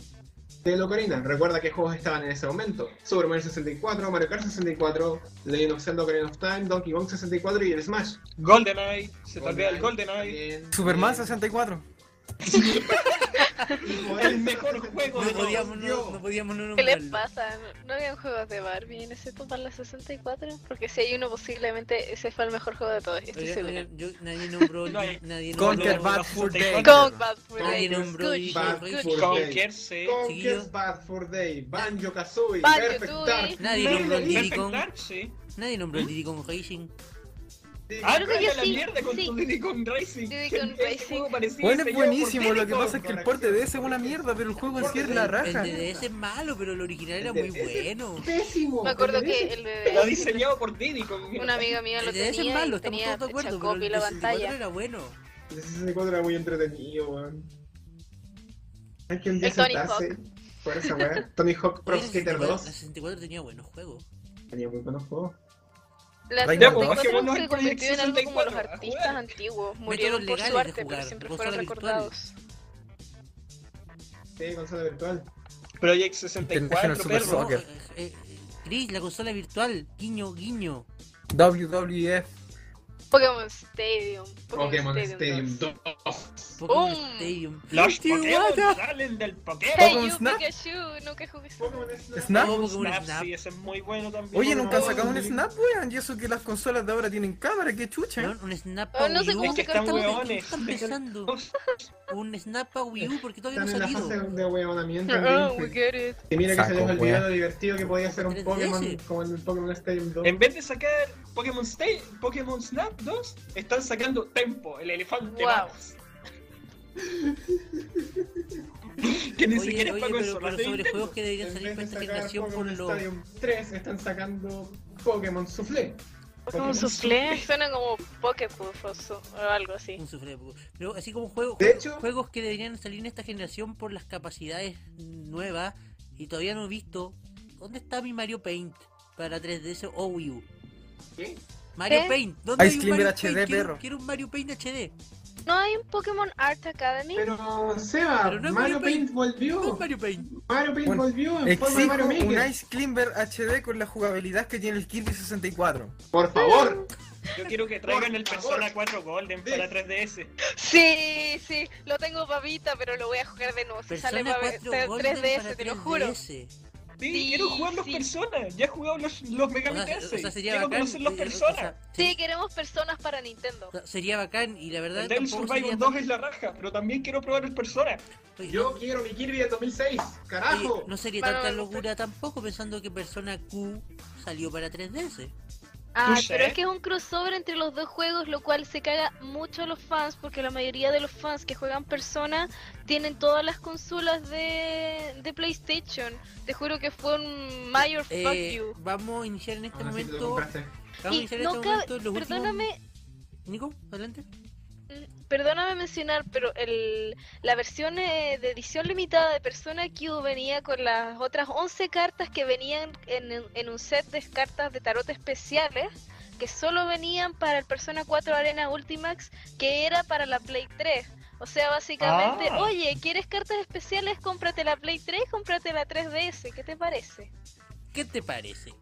S4: Del Ocarina. Recuerda qué juegos estaban en ese momento. Super Mario 64, Mario Kart 64, Legend of Zelda Ocarina of Time, Donkey Kong 64 y el Smash.
S5: GoldenEye, se te olvida el GoldenEye.
S4: También.
S7: Superman
S4: Eh,
S7: 64.
S5: El mejor juego
S3: No
S5: de
S3: podíamos
S5: todos.
S3: no, no podíamos no
S6: ¿Qué les
S3: nombrarlo.
S6: pasa? ¿No- ¿No habían juegos de Barbie en ese total la 64? Porque si hay uno, posiblemente ese fue el mejor juego de todos, estoy
S3: Oigan,
S6: segura.
S3: oigan, yo- nadie nombró.
S5: No hay.
S3: nadie
S7: Conquer
S3: nombró.
S7: Bad Fur Day.
S6: Kong Bad Fur
S4: Kong
S6: Days,
S3: nombró
S6: Good
S3: y-
S6: Shit,
S4: Bad
S6: Good
S4: Fur
S6: Shit.
S4: Days.
S5: Conquer, sí.
S4: Conker's
S3: Chiquillos.
S4: Bad Fur Day, Banjo Kazooie,
S6: Banjo-Kazooie.
S4: Perfect Dark.
S3: Nadie nombró el Diddy
S5: Perfect
S3: Kong.
S5: Dark, sí.
S3: Nadie nombró el Diddy Kong Racing.
S5: Ah,
S6: Creo
S5: no,
S6: que yo
S5: la
S6: sí,
S5: mierda con
S6: sí.
S5: tu Diddy Kong Racing.
S6: Diddy
S5: Que
S6: Kong
S5: ese
S6: Racing.
S5: juego parecía
S7: Bueno, es
S5: diseñado por
S7: buenísimo, lo
S5: Diddy
S7: que
S5: Kong.
S7: pasa es que el porte de ese es una mierda, pero el juego en sí es la
S3: El-
S7: raja.
S3: El DDS es malo, pero el original era
S4: El
S3: muy
S4: DDS.
S3: bueno.
S4: Pésimo.
S6: Me acuerdo
S4: El de-
S6: que el
S5: Lo
S6: de
S5: diseñado por Diddy Kong.
S6: una amiga mía lo
S3: El DDS es
S6: tenía
S3: malo,
S6: y
S3: estamos
S6: tenía
S3: todos de acuerdo, pero
S6: Chacopy
S3: el
S6: la
S3: 64
S6: pantalla.
S3: era bueno.
S4: El 64 era muy entretenido, weón. Hay que un día
S6: El Tony
S4: sentarse por esa weá. Tony Hawk Pro
S3: Oye, el
S4: Skater
S3: 64 La
S4: 2.
S3: 64 tenía buenos juegos.
S4: Tenía muy buenos juegos.
S6: La
S7: Venga,
S5: pues,
S6: 64
S5: bajémonos
S6: se
S5: al
S6: convirtió en algo como los
S5: 64, a
S6: artistas
S5: jugar.
S6: antiguos. Murieron por
S3: legales
S6: su
S3: de
S6: arte, pero
S3: jugar,
S6: siempre
S3: consolas
S6: fueron recordados.
S4: Sí, consola virtual.
S5: Project
S7: Pendejo en el
S5: 64,
S7: Super
S5: perro.
S7: Soccer.
S3: Eh, eh, Chris, la consola virtual. Guiño, guiño.
S7: WWF.
S6: Pokémon Stadium.
S4: Pokémon Stadium
S6: 2.
S4: 2.
S3: Pokémon
S6: ¡Bum!
S3: Stadium.
S5: Los
S3: Tío,
S5: Pokémon
S3: guata.
S5: salen del Pokémon.
S6: Hey,
S7: Pokémon
S6: you
S7: Snap.
S6: Pikachu, nunca jugué eso.
S4: Pokémon Snap.
S7: Snap.
S3: Pokémon
S5: Snap,
S3: Snap.
S5: sí, ese es muy bueno también.
S7: Oye, nunca han
S4: no,
S7: sacado un
S4: sí.
S7: snap, weón. Y eso que las consolas de ahora tienen cámara, qué chucha.
S3: Weón, Un Snap
S6: Ah, no
S3: a
S6: sé
S3: Wii U.
S6: cómo
S5: Es que
S6: se
S5: están
S6: Estamos-
S5: hueones.
S3: están pensando? Un Snap a Wii U porque todavía no
S4: Están en
S3: ha
S4: la
S3: salido.
S4: fase de weonamiento.
S6: Oh,
S4: en
S6: we
S4: Greenfield.
S6: get it.
S4: Y mira que se
S7: Saco,
S4: les olvidó
S7: weón.
S4: lo divertido que podía ser un
S3: 3DS.
S4: Pokémon como en el Pokémon Stadium 2.
S5: En vez de sacar Pokémon, Stay, Pokémon Snap 2, están sacando Tempo, el elefante
S6: Wow.
S5: Max. que ni
S3: Oye,
S5: siquiera es
S3: oye,
S5: para
S3: pero,
S5: consolas
S3: pero
S5: de
S3: sobre
S5: Nintendo.
S3: juegos que deberían
S4: En
S3: salir
S4: vez
S3: para
S4: de
S3: esta
S4: sacar
S3: generación por
S4: Pokémon
S3: lo...
S4: Stadium 3, están sacando Pokémon Soufflé.
S6: Como soufflé. Suena como Pocket Puff o, su- o algo así.
S3: Un sufre de poco. Pero así como juegos,
S4: De hecho-
S1: Pues
S3: juegos que deberían salir en esta generación por las capacidades nuevas y todavía no he visto. ¿Dónde está mi Mario Paint para 3DS o Wii U?
S4: ¿Qué?
S3: Mario
S6: ¿Qué?
S3: Paint, ¿dónde
S7: Ice
S3: hay un
S7: Climber
S3: Mario
S7: HD,
S3: Paint? Quiero-
S7: perro.
S3: Quiero un Mario Paint HD.
S6: ¿No hay un Pokémon Art Academy?
S4: Pero Seba,
S3: Pero no es Mario
S4: Mario
S3: Paint.
S4: Paint
S5: Oh.
S4: volvió.
S3: Un Mario Paint.
S4: Mario Paint
S7: Bueno,
S4: volvió en forma de
S7: Exijo
S4: Mario
S7: un
S4: Maker.
S7: Ice Climber HD con la jugabilidad que tiene el Kirby 64.
S4: Por favor.
S5: Yo quiero que traigan el
S4: Por
S5: Persona
S4: favor.
S5: 4 Golden
S4: Sí.
S5: para 3DS.
S6: Sí, sí, lo tengo papita, pero lo voy a jugar de nuevo. Si sale
S3: Persona
S6: para
S3: 4
S6: ver-
S3: Golden
S6: 3DS,
S3: para
S6: te lo juro.
S3: 3DS.
S5: Sí,
S6: Sí,
S5: quiero jugar los
S6: sí.
S5: Persona. Ya he jugado los, los Mega
S3: O
S5: Man
S3: sea,
S5: DS.
S3: o sea, sería
S5: Quiero
S3: bacán.
S5: conocer los
S3: eh, o
S5: Persona.
S3: sea,
S6: Sí, queremos personas para Nintendo.
S3: o sea, Sería bacán y la verdad
S5: el Devil
S3: tampoco sería tan-
S5: Survivor 2 es la raja, pero también quiero probar el Persona.
S3: Oye,
S4: Yo quiero mi Kirby de 2006. Carajo.
S3: Oye, no sería
S6: Bueno,
S3: tanta
S6: me gusta.
S3: locura tampoco pensando que Persona Q salió para 3DS.
S6: Ah,
S5: Touché.
S6: pero es que es un crossover entre los dos juegos, lo cual se caga mucho a los fans, porque la mayoría de los fans que juegan Persona tienen todas las consolas de, de PlayStation. Te juro que fue un mayor
S3: Eh,
S6: fuck you.
S3: vamos a iniciar en este
S4: Aún así te lo
S3: momento. Vamos
S4: compraste.
S3: a
S6: Y
S3: iniciar en
S6: no
S3: este
S6: cabe-
S3: momento los
S6: Perdóname,
S3: últimos. Nico, adelante.
S6: Mm, Perdóname mencionar, pero el, la versión eh, de edición limitada de Persona Q venía con las otras 11 cartas que venían en, en- en un set de cartas de tarot especiales que solo venían para el Persona 4 Arena Ultimax, que era para la Play 3. O sea, básicamente,
S5: Ah.
S6: oye, ¿quieres cartas especiales? Cómprate la Play 3, cómprate la 3DS, ¿qué te parece?
S3: ¿Qué te parece?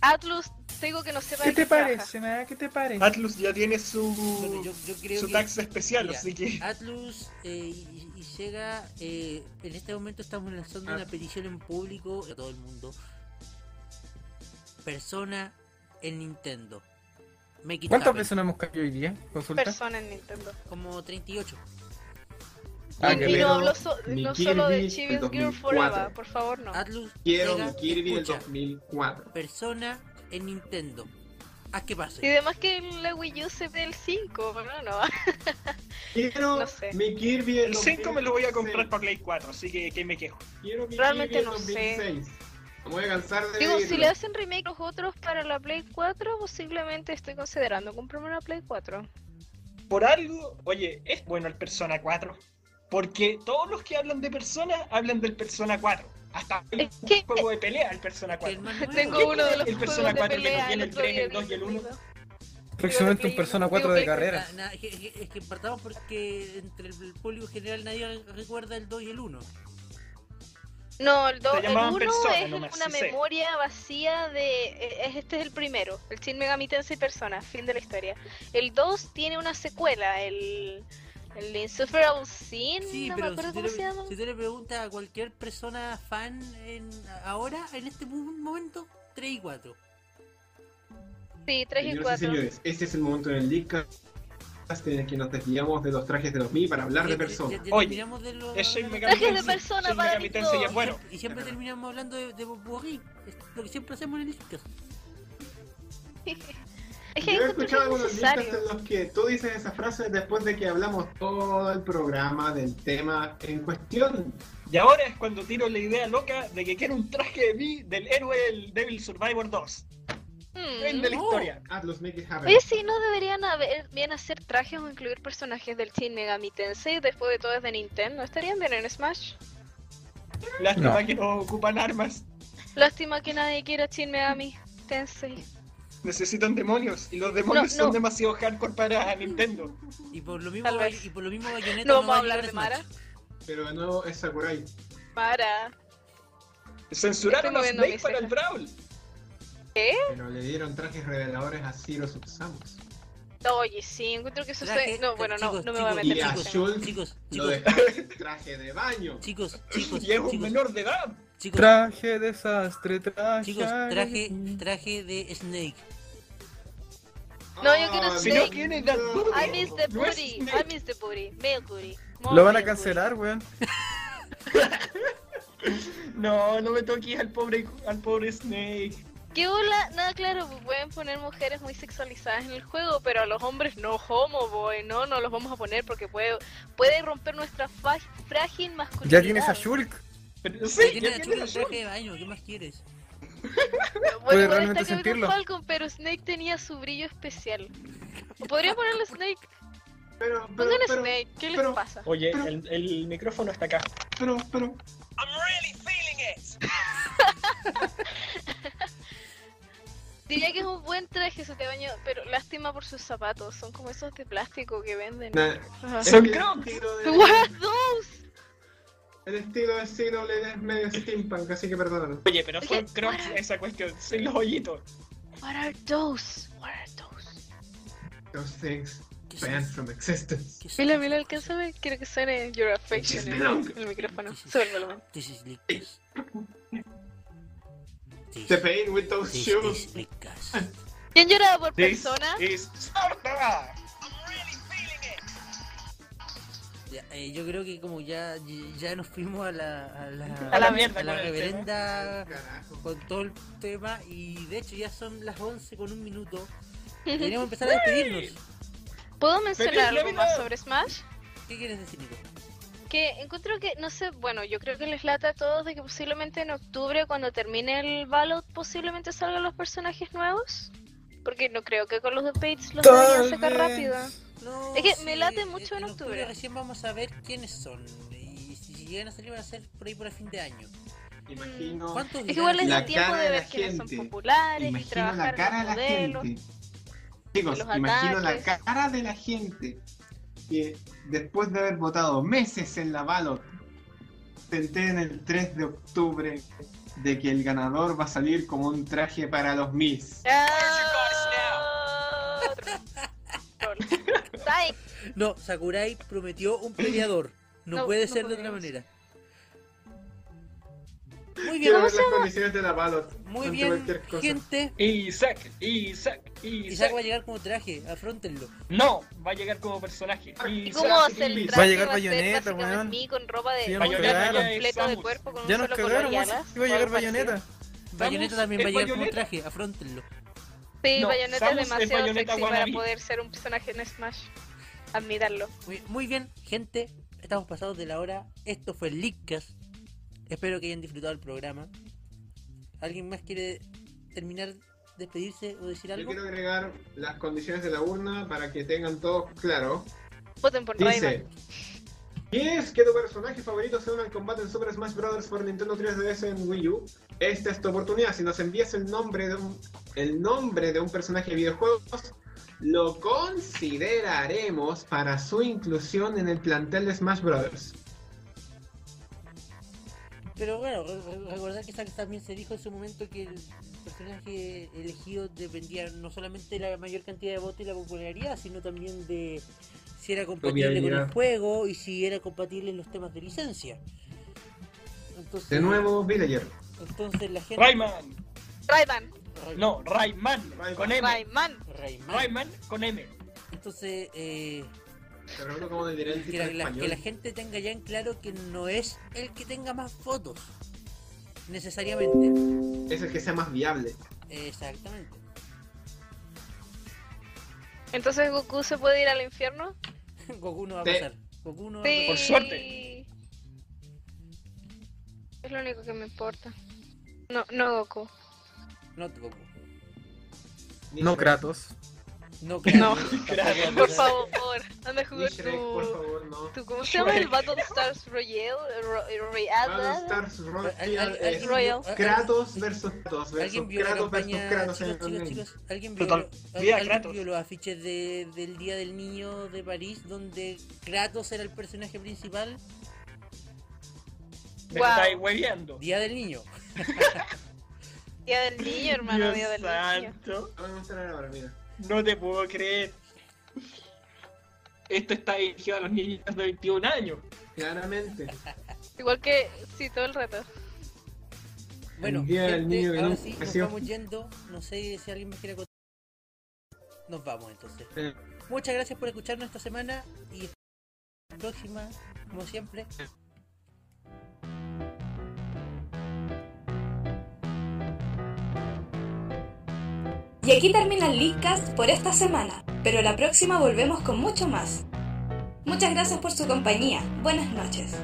S6: Atlus, tengo que no sepa
S7: ¿Qué
S6: de
S7: te
S6: trabaja.
S7: parece, ma? ¿Qué te parece?
S5: Atlus ya tiene
S3: Bueno, yo,
S5: su,
S3: yo creo
S5: su
S3: que
S5: tax especial,
S3: Mira.
S5: así que.
S3: Atlus eh, y, y Sega, eh, en este momento estamos lanzando una petición en público a todo el mundo. Persona en Nintendo. Make it
S7: ¿Cuántas
S3: happen.
S7: personas hemos caído hoy día? Consulta.
S6: Persona en Nintendo.
S3: Como 38.
S4: Ah,
S6: Y-
S4: qué
S6: y no
S4: rico.
S6: hablo so-
S4: Mi
S6: no solo de
S4: Kirby
S6: Chibi's
S4: del
S6: Girl
S4: 2004.
S6: Forever, por favor
S3: Ah,
S6: no.
S3: Atlus,
S4: Quiero
S3: Sega,
S4: mi Kirby del
S3: escucha,
S4: 2004.
S3: Persona en Nintendo. haz que
S6: Y
S3: pase.
S6: además que la Wii U se ve el 5, no, no.
S4: Quiero
S6: No sé.
S4: mi Kirby
S5: El 5 me lo voy a comprar para Play 4, así que, que me quejo.
S4: Quiero mi
S6: Realmente
S4: Kirby
S6: no sé.
S4: 2016. Me voy a cansar de
S6: Digo, si
S4: vivirlo.
S6: le hacen remake los otros para la Play 4, posiblemente estoy considerando comprarme una Play 4.
S5: Por algo, oye, es bueno el Persona 4. Porque todos los que hablan de Persona hablan del Persona 4. Hasta el
S6: Es que
S5: juego de pelea el Persona
S3: Que el
S5: 4.
S3: más nuevo.
S6: tengo uno de los
S5: El
S6: juegos
S5: Persona
S6: de
S5: 4 que
S6: pelea,
S5: contiene el
S6: otro
S5: 3, el
S6: día
S5: 2 y el
S6: vi
S5: 1.
S6: video.
S7: Próximamente un
S6: Yo
S7: Persona
S6: creo
S7: 4 de
S6: que-
S7: carreras.
S3: Na- na- je- je- es que partamos porque entre el público general nadie recuerda el 2 y el 1.
S6: No, el 2,
S5: Se
S6: el
S5: llamaban
S6: 1
S5: Persona
S6: es
S5: nomás,
S6: una
S5: sí sé.
S6: memoria vacía de... eh, es- Este es el primero, el Shin Megami Tensei Persona, fin de la historia. El 2 tiene una secuela, el... El Insufferable Sin,
S3: Sí,
S6: no me
S3: pero
S6: acuerdo
S3: si tú,
S6: cómo
S3: le,
S6: se llama.
S3: si tú le preguntas a cualquier persona fan en, ahora, en este mu- momento, 3 y 4.
S6: Sí, 3 y
S4: Señoras
S6: 4.
S4: señores, este es el momento en el Leadcast en el que nos desviamos de los trajes de los Mi para hablar de
S6: Este,
S4: personas.
S5: Oye,
S3: terminamos de lo-
S5: Es Shin
S3: lo-
S5: Megami
S6: Trajes de
S5: Tensei.
S6: Persona
S5: Shin
S6: para
S5: Megami
S6: TikTok.
S5: Tensei
S3: y
S5: es bueno.
S3: siempre- Y siempre terminamos hablando de, de Boborri, es lo que siempre hacemos en el podcast.
S4: Yo
S6: Es que
S4: he
S6: encuentro que
S4: escuchado
S6: es
S4: algunos Leadcasts
S6: necesario.
S4: en los que tú dices esas frases después de que hablamos todo el programa del tema en cuestión.
S5: Y ahora es cuando tiro la idea loca de que quiero un traje de mí del héroe del Devil Survivor 2. Fin de la
S6: Mm.
S3: No.
S5: historia.
S4: Hazlos, make it happen.
S6: Oye, sí, ¿no deberían haber, bien hacer trajes o incluir personajes del Shin Megami Tensei después de todo es de Nintendo? ¿Estarían bien en Smash?
S5: Lástima
S7: No.
S5: que no ocupan armas.
S6: Lástima que nadie quiera Shin Megami Tensei.
S5: Necesitan demonios. Y los demonios
S6: No, no.
S5: son demasiado hardcore para Nintendo.
S3: Y por lo mismo,
S6: Tal
S3: Bay-
S6: vez.
S3: y por lo mismo Bayonetta
S6: No
S3: no,
S6: vamos
S3: va
S6: a
S3: a
S6: hablar
S3: llegar a
S6: de
S3: Smash.
S6: Mara.
S4: Pero de nuevo es Sakurai.
S6: Para.
S5: Censuraron a
S6: Estoy moviendo
S5: Snake
S6: mis
S5: para el
S6: cejas.
S5: Brawl.
S6: Eh.
S4: Pero le dieron trajes reveladores a Zero Subsamus.
S6: Oye, sí, encuentro que eso
S3: Traje-
S6: se... No, bueno, no,
S3: chicos,
S6: no me voy a
S4: Y
S6: meter
S4: a
S6: en ese tema.
S4: Shulk
S3: Chicos, chicos,
S4: lo dejaron en traje de baño.
S3: chicos, chicos,
S5: Y es un
S3: chicos,
S5: menor de edad.
S3: chicos,
S7: Traje desastre, traje.
S3: chicos, traje, traje de Snake.
S6: No, yo quiero
S4: Ah,
S5: Si no
S6: Snake.
S5: tiene edad
S4: no.
S6: I miss the
S5: No es
S6: booty, I
S5: Snake.
S6: miss the booty, male booty. more
S7: Lo van
S6: male
S7: a
S6: booty.
S7: cancelar, weón.
S5: No, no me toques al pobre, al pobre Snake.
S6: ¿Qué hola? Nada, claro, pues, pueden poner mujeres muy sexualizadas en el juego, pero a los hombres no, homo, boy, no, no los vamos a poner porque puede, puede romper nuestra fa- frágil masculinidad.
S7: Ya tienes a Shulk.
S5: Pero sí,
S3: Sí,
S5: ya
S3: tiene
S5: tiene
S3: un
S5: razón.
S3: traje de baño, ¿qué más quieres?
S7: Puede
S6: Bueno, igual
S7: realmente
S6: está Capitán
S7: sentirlo.
S6: Falcon, pero Snake tenía su brillo especial. O Podría ponerle Snake,
S4: Pero, pero,
S6: pongan a
S4: pero,
S6: Snake, ¿qué les
S4: pero- oh.
S6: pasa?
S5: Oye,
S4: Pero-
S5: el, el micrófono está acá.
S4: pero, pero.
S6: Diría que es un buen traje ese de baño, pero lástima por sus zapatos, son como esos de plástico que venden.
S4: Nah,
S6: Ajá.
S4: es
S5: Son
S4: que el
S5: crocs.
S4: estilo de-
S6: What those?
S4: El estilo de CW es medio steampunk, así que perdónalo.
S5: Oye, pero son
S6: Oye,
S5: crocs
S6: para.
S5: esa cuestión, son los hoyitos.
S6: What are those? What are those?
S4: Those things
S3: ¿Qué
S4: banned
S3: son-
S4: from existence.
S3: qué son
S6: Mira,
S3: esas
S6: mira,
S3: cosas?
S6: alcánzame, quiero que suene Your Affection en el, el micrófono. Sube el volumen.
S3: This is Lickers. This,
S4: The pain with those
S3: this
S4: shoes.
S3: is Lickers.
S6: ¿Quién lloraba por
S5: This
S6: persona?
S5: is Sparta.
S3: Ya, eh, yo creo que como ya, ya nos fuimos a la, a la,
S5: A la mierda
S3: a la
S5: con el
S3: reverenda
S4: Carajo.
S3: con todo el tema y de hecho ya son las 11 con un minuto.
S1: eh,
S3: Deberíamos empezar a despedirnos.
S6: ¿Puedo mencionar
S5: Feliz
S6: algo más
S5: Navidad.
S6: sobre Smash?
S3: ¿Qué quieres decir, Nico?
S6: Que encuentro que, no sé, bueno, yo creo que les lata a todos de que posiblemente en octubre, cuando termine el Ballot, posiblemente salgan los personajes nuevos. Porque no creo que con los de Pates los vayan a sacar rápido.
S3: No, eh,
S6: Es que me late mucho en octubre.
S3: Recién vamos a ver quiénes son y si, si llegan a salir van a ser por ahí por el fin de año.
S4: Imagino,
S3: ¿Cuántos
S6: Es que igual
S3: dirán?
S6: les
S4: La
S6: da tiempo
S4: cara
S6: de
S4: de la
S6: ver quiénes son
S4: gente.
S6: populares y
S4: imagino
S6: trabajar
S4: la cara de
S6: los
S4: la
S6: modelos.
S4: gente. Chicos,
S6: los
S4: imagino la
S6: ataques.
S4: cara de la gente que después de haber votado meses en la ballot, se enteren el 3 de octubre de que el ganador va a salir como un traje para los Miss.
S6: Ah, otro. Psych.
S3: No, Sakurai prometió un peleador. No,
S6: No,
S3: puede
S6: no
S3: ser de otra
S6: podemos.
S3: manera. Muy bien,
S4: Quiero ver las condiciones de la ballot.
S3: muy
S4: ante
S3: bien,
S4: cualquier cosa.
S3: gente.
S5: Isaac, Isaac,
S3: Isaac
S5: Isaac.
S3: va a llegar como traje, afrontenlo.
S5: No, va a llegar como personaje.
S6: ¿Y
S5: Isaac,
S6: cómo va a ser el
S4: Va
S6: traje?
S7: a llegar
S6: ser
S7: Bayonetta,
S6: básicamente
S7: weón.
S6: mí con ropa de
S7: Sí,
S6: con
S7: nos
S6: ropa
S7: cagaron.
S6: completo de
S5: Samus.
S6: cuerpo con
S7: Ya
S6: un
S7: nos
S6: solo
S7: cagaron,
S6: color y
S7: weón.
S6: alas.
S7: Iba a llegar
S6: Todo parecido.
S7: Bayonetta.
S3: Bayonetta también va a
S5: el
S3: llegar como
S5: Bayonetta.
S3: traje, afrontenlo.
S6: Sí,
S5: No,
S6: Bayonetta es
S5: Samus es
S6: demasiado
S5: Bayonetta
S6: sexy para
S5: wannabe.
S6: poder ser un personaje en Smash. Admirarlo.
S3: Muy, muy bien, gente, estamos pasados de la hora. Esto fue el Leakcast. Espero que hayan disfrutado el programa. ¿Alguien más quiere terminar, despedirse o decir
S4: Yo
S3: algo?
S4: quiero agregar las condiciones de la urna para que tengan todos claro.
S6: Voten por
S4: Dice:
S6: Rayman.
S4: ¿Quieres que tu personaje favorito se una al combate en Super Smash Bros. por Nintendo 3DS en Wii U? Esta es tu oportunidad. Si nos envías el nombre de un, el nombre de un personaje de videojuegos, lo consideraremos para su inclusión en el plantel de Smash Bros.
S3: Pero bueno, re- re- recordar que esa- también se dijo en su momento que el personaje elegido dependía no solamente de la mayor cantidad de votos y la popularidad, sino también de si era compatible con el
S4: Viabilidad.
S3: juego y si era compatible en los temas de licencia. Entonces,
S4: De nuevo, Villager.
S3: Entonces la gente...
S5: Rayman.
S6: Rayman.
S3: Ray-
S5: No, Rayman.
S4: Rayman.
S5: Con M.
S6: Rayman.
S3: Rayman.
S5: Rayman con M.
S3: Entonces, eh,
S4: Te pregunto cómo le diré el
S3: que,
S4: título
S3: la,
S4: en
S3: la- que
S4: español.
S3: la gente tenga ya en claro que no es el que tenga más votos, necesariamente.
S4: Es el que sea más viable.
S3: Exactamente.
S6: Entonces Goku se puede ir al infierno.
S3: Goku no va a
S4: Sí.
S3: pasar. Goku no va a
S6: Sí.
S5: Por suerte.
S6: Es lo único que me importa. No, no Goku.
S3: pasar. Not Goku.
S4: Ni
S7: No
S4: Shrek.
S7: Kratos.
S3: No, Kratos.
S6: No.
S3: Tampoco
S5: Kratos.
S3: va a
S6: Por
S3: pasar.
S6: favor, anda a
S4: Ni
S6: jugar
S4: Shrek, por
S6: tu...
S4: favor, no.
S6: tu- ¿Cómo se llama el
S5: Shrek.
S6: Battle Stars Royale? Ro-
S4: Battle
S6: Royale.
S4: Stars Royal,
S3: ¿Al- al-
S4: es
S3: alguien
S6: Royal.
S3: vio- al-
S4: Kratos versus Kratos versus
S3: ¿Alguien vio la
S4: Kratos versus
S3: campaña?
S4: Kratos en
S3: chicos,
S4: el
S3: chicos,
S4: online.
S3: chicos, ¿Alguien vio,
S5: Total,
S3: al-
S5: vida,
S3: alguien
S5: Kratos.
S3: vio los afiches de- del Día del Niño de París donde Kratos era el personaje principal?
S5: Me
S6: Wow.
S5: estáis hueveando.
S3: Día del Niño.
S6: Día del niño, hermano, día del niño.
S4: Lo voy a mostrar ahora, mira.
S5: No te puedo creer. Esto está dirigido a los niños de 21 años.
S4: Claramente.
S6: Igual que, sí, todo el rato.
S3: Bueno,
S4: El Día del
S3: gente,
S4: Niño que
S3: ahora
S4: nunca
S3: sí, nos
S4: creció.
S3: vamos yendo. No sé si alguien me quiere contar. Nos vamos entonces.
S4: Eh,
S3: Muchas gracias por escucharnos esta semana y la próxima, como siempre.
S2: Y aquí termina el Leadcast por esta semana, pero la próxima volvemos con mucho más. Muchas gracias por su compañía. Buenas noches.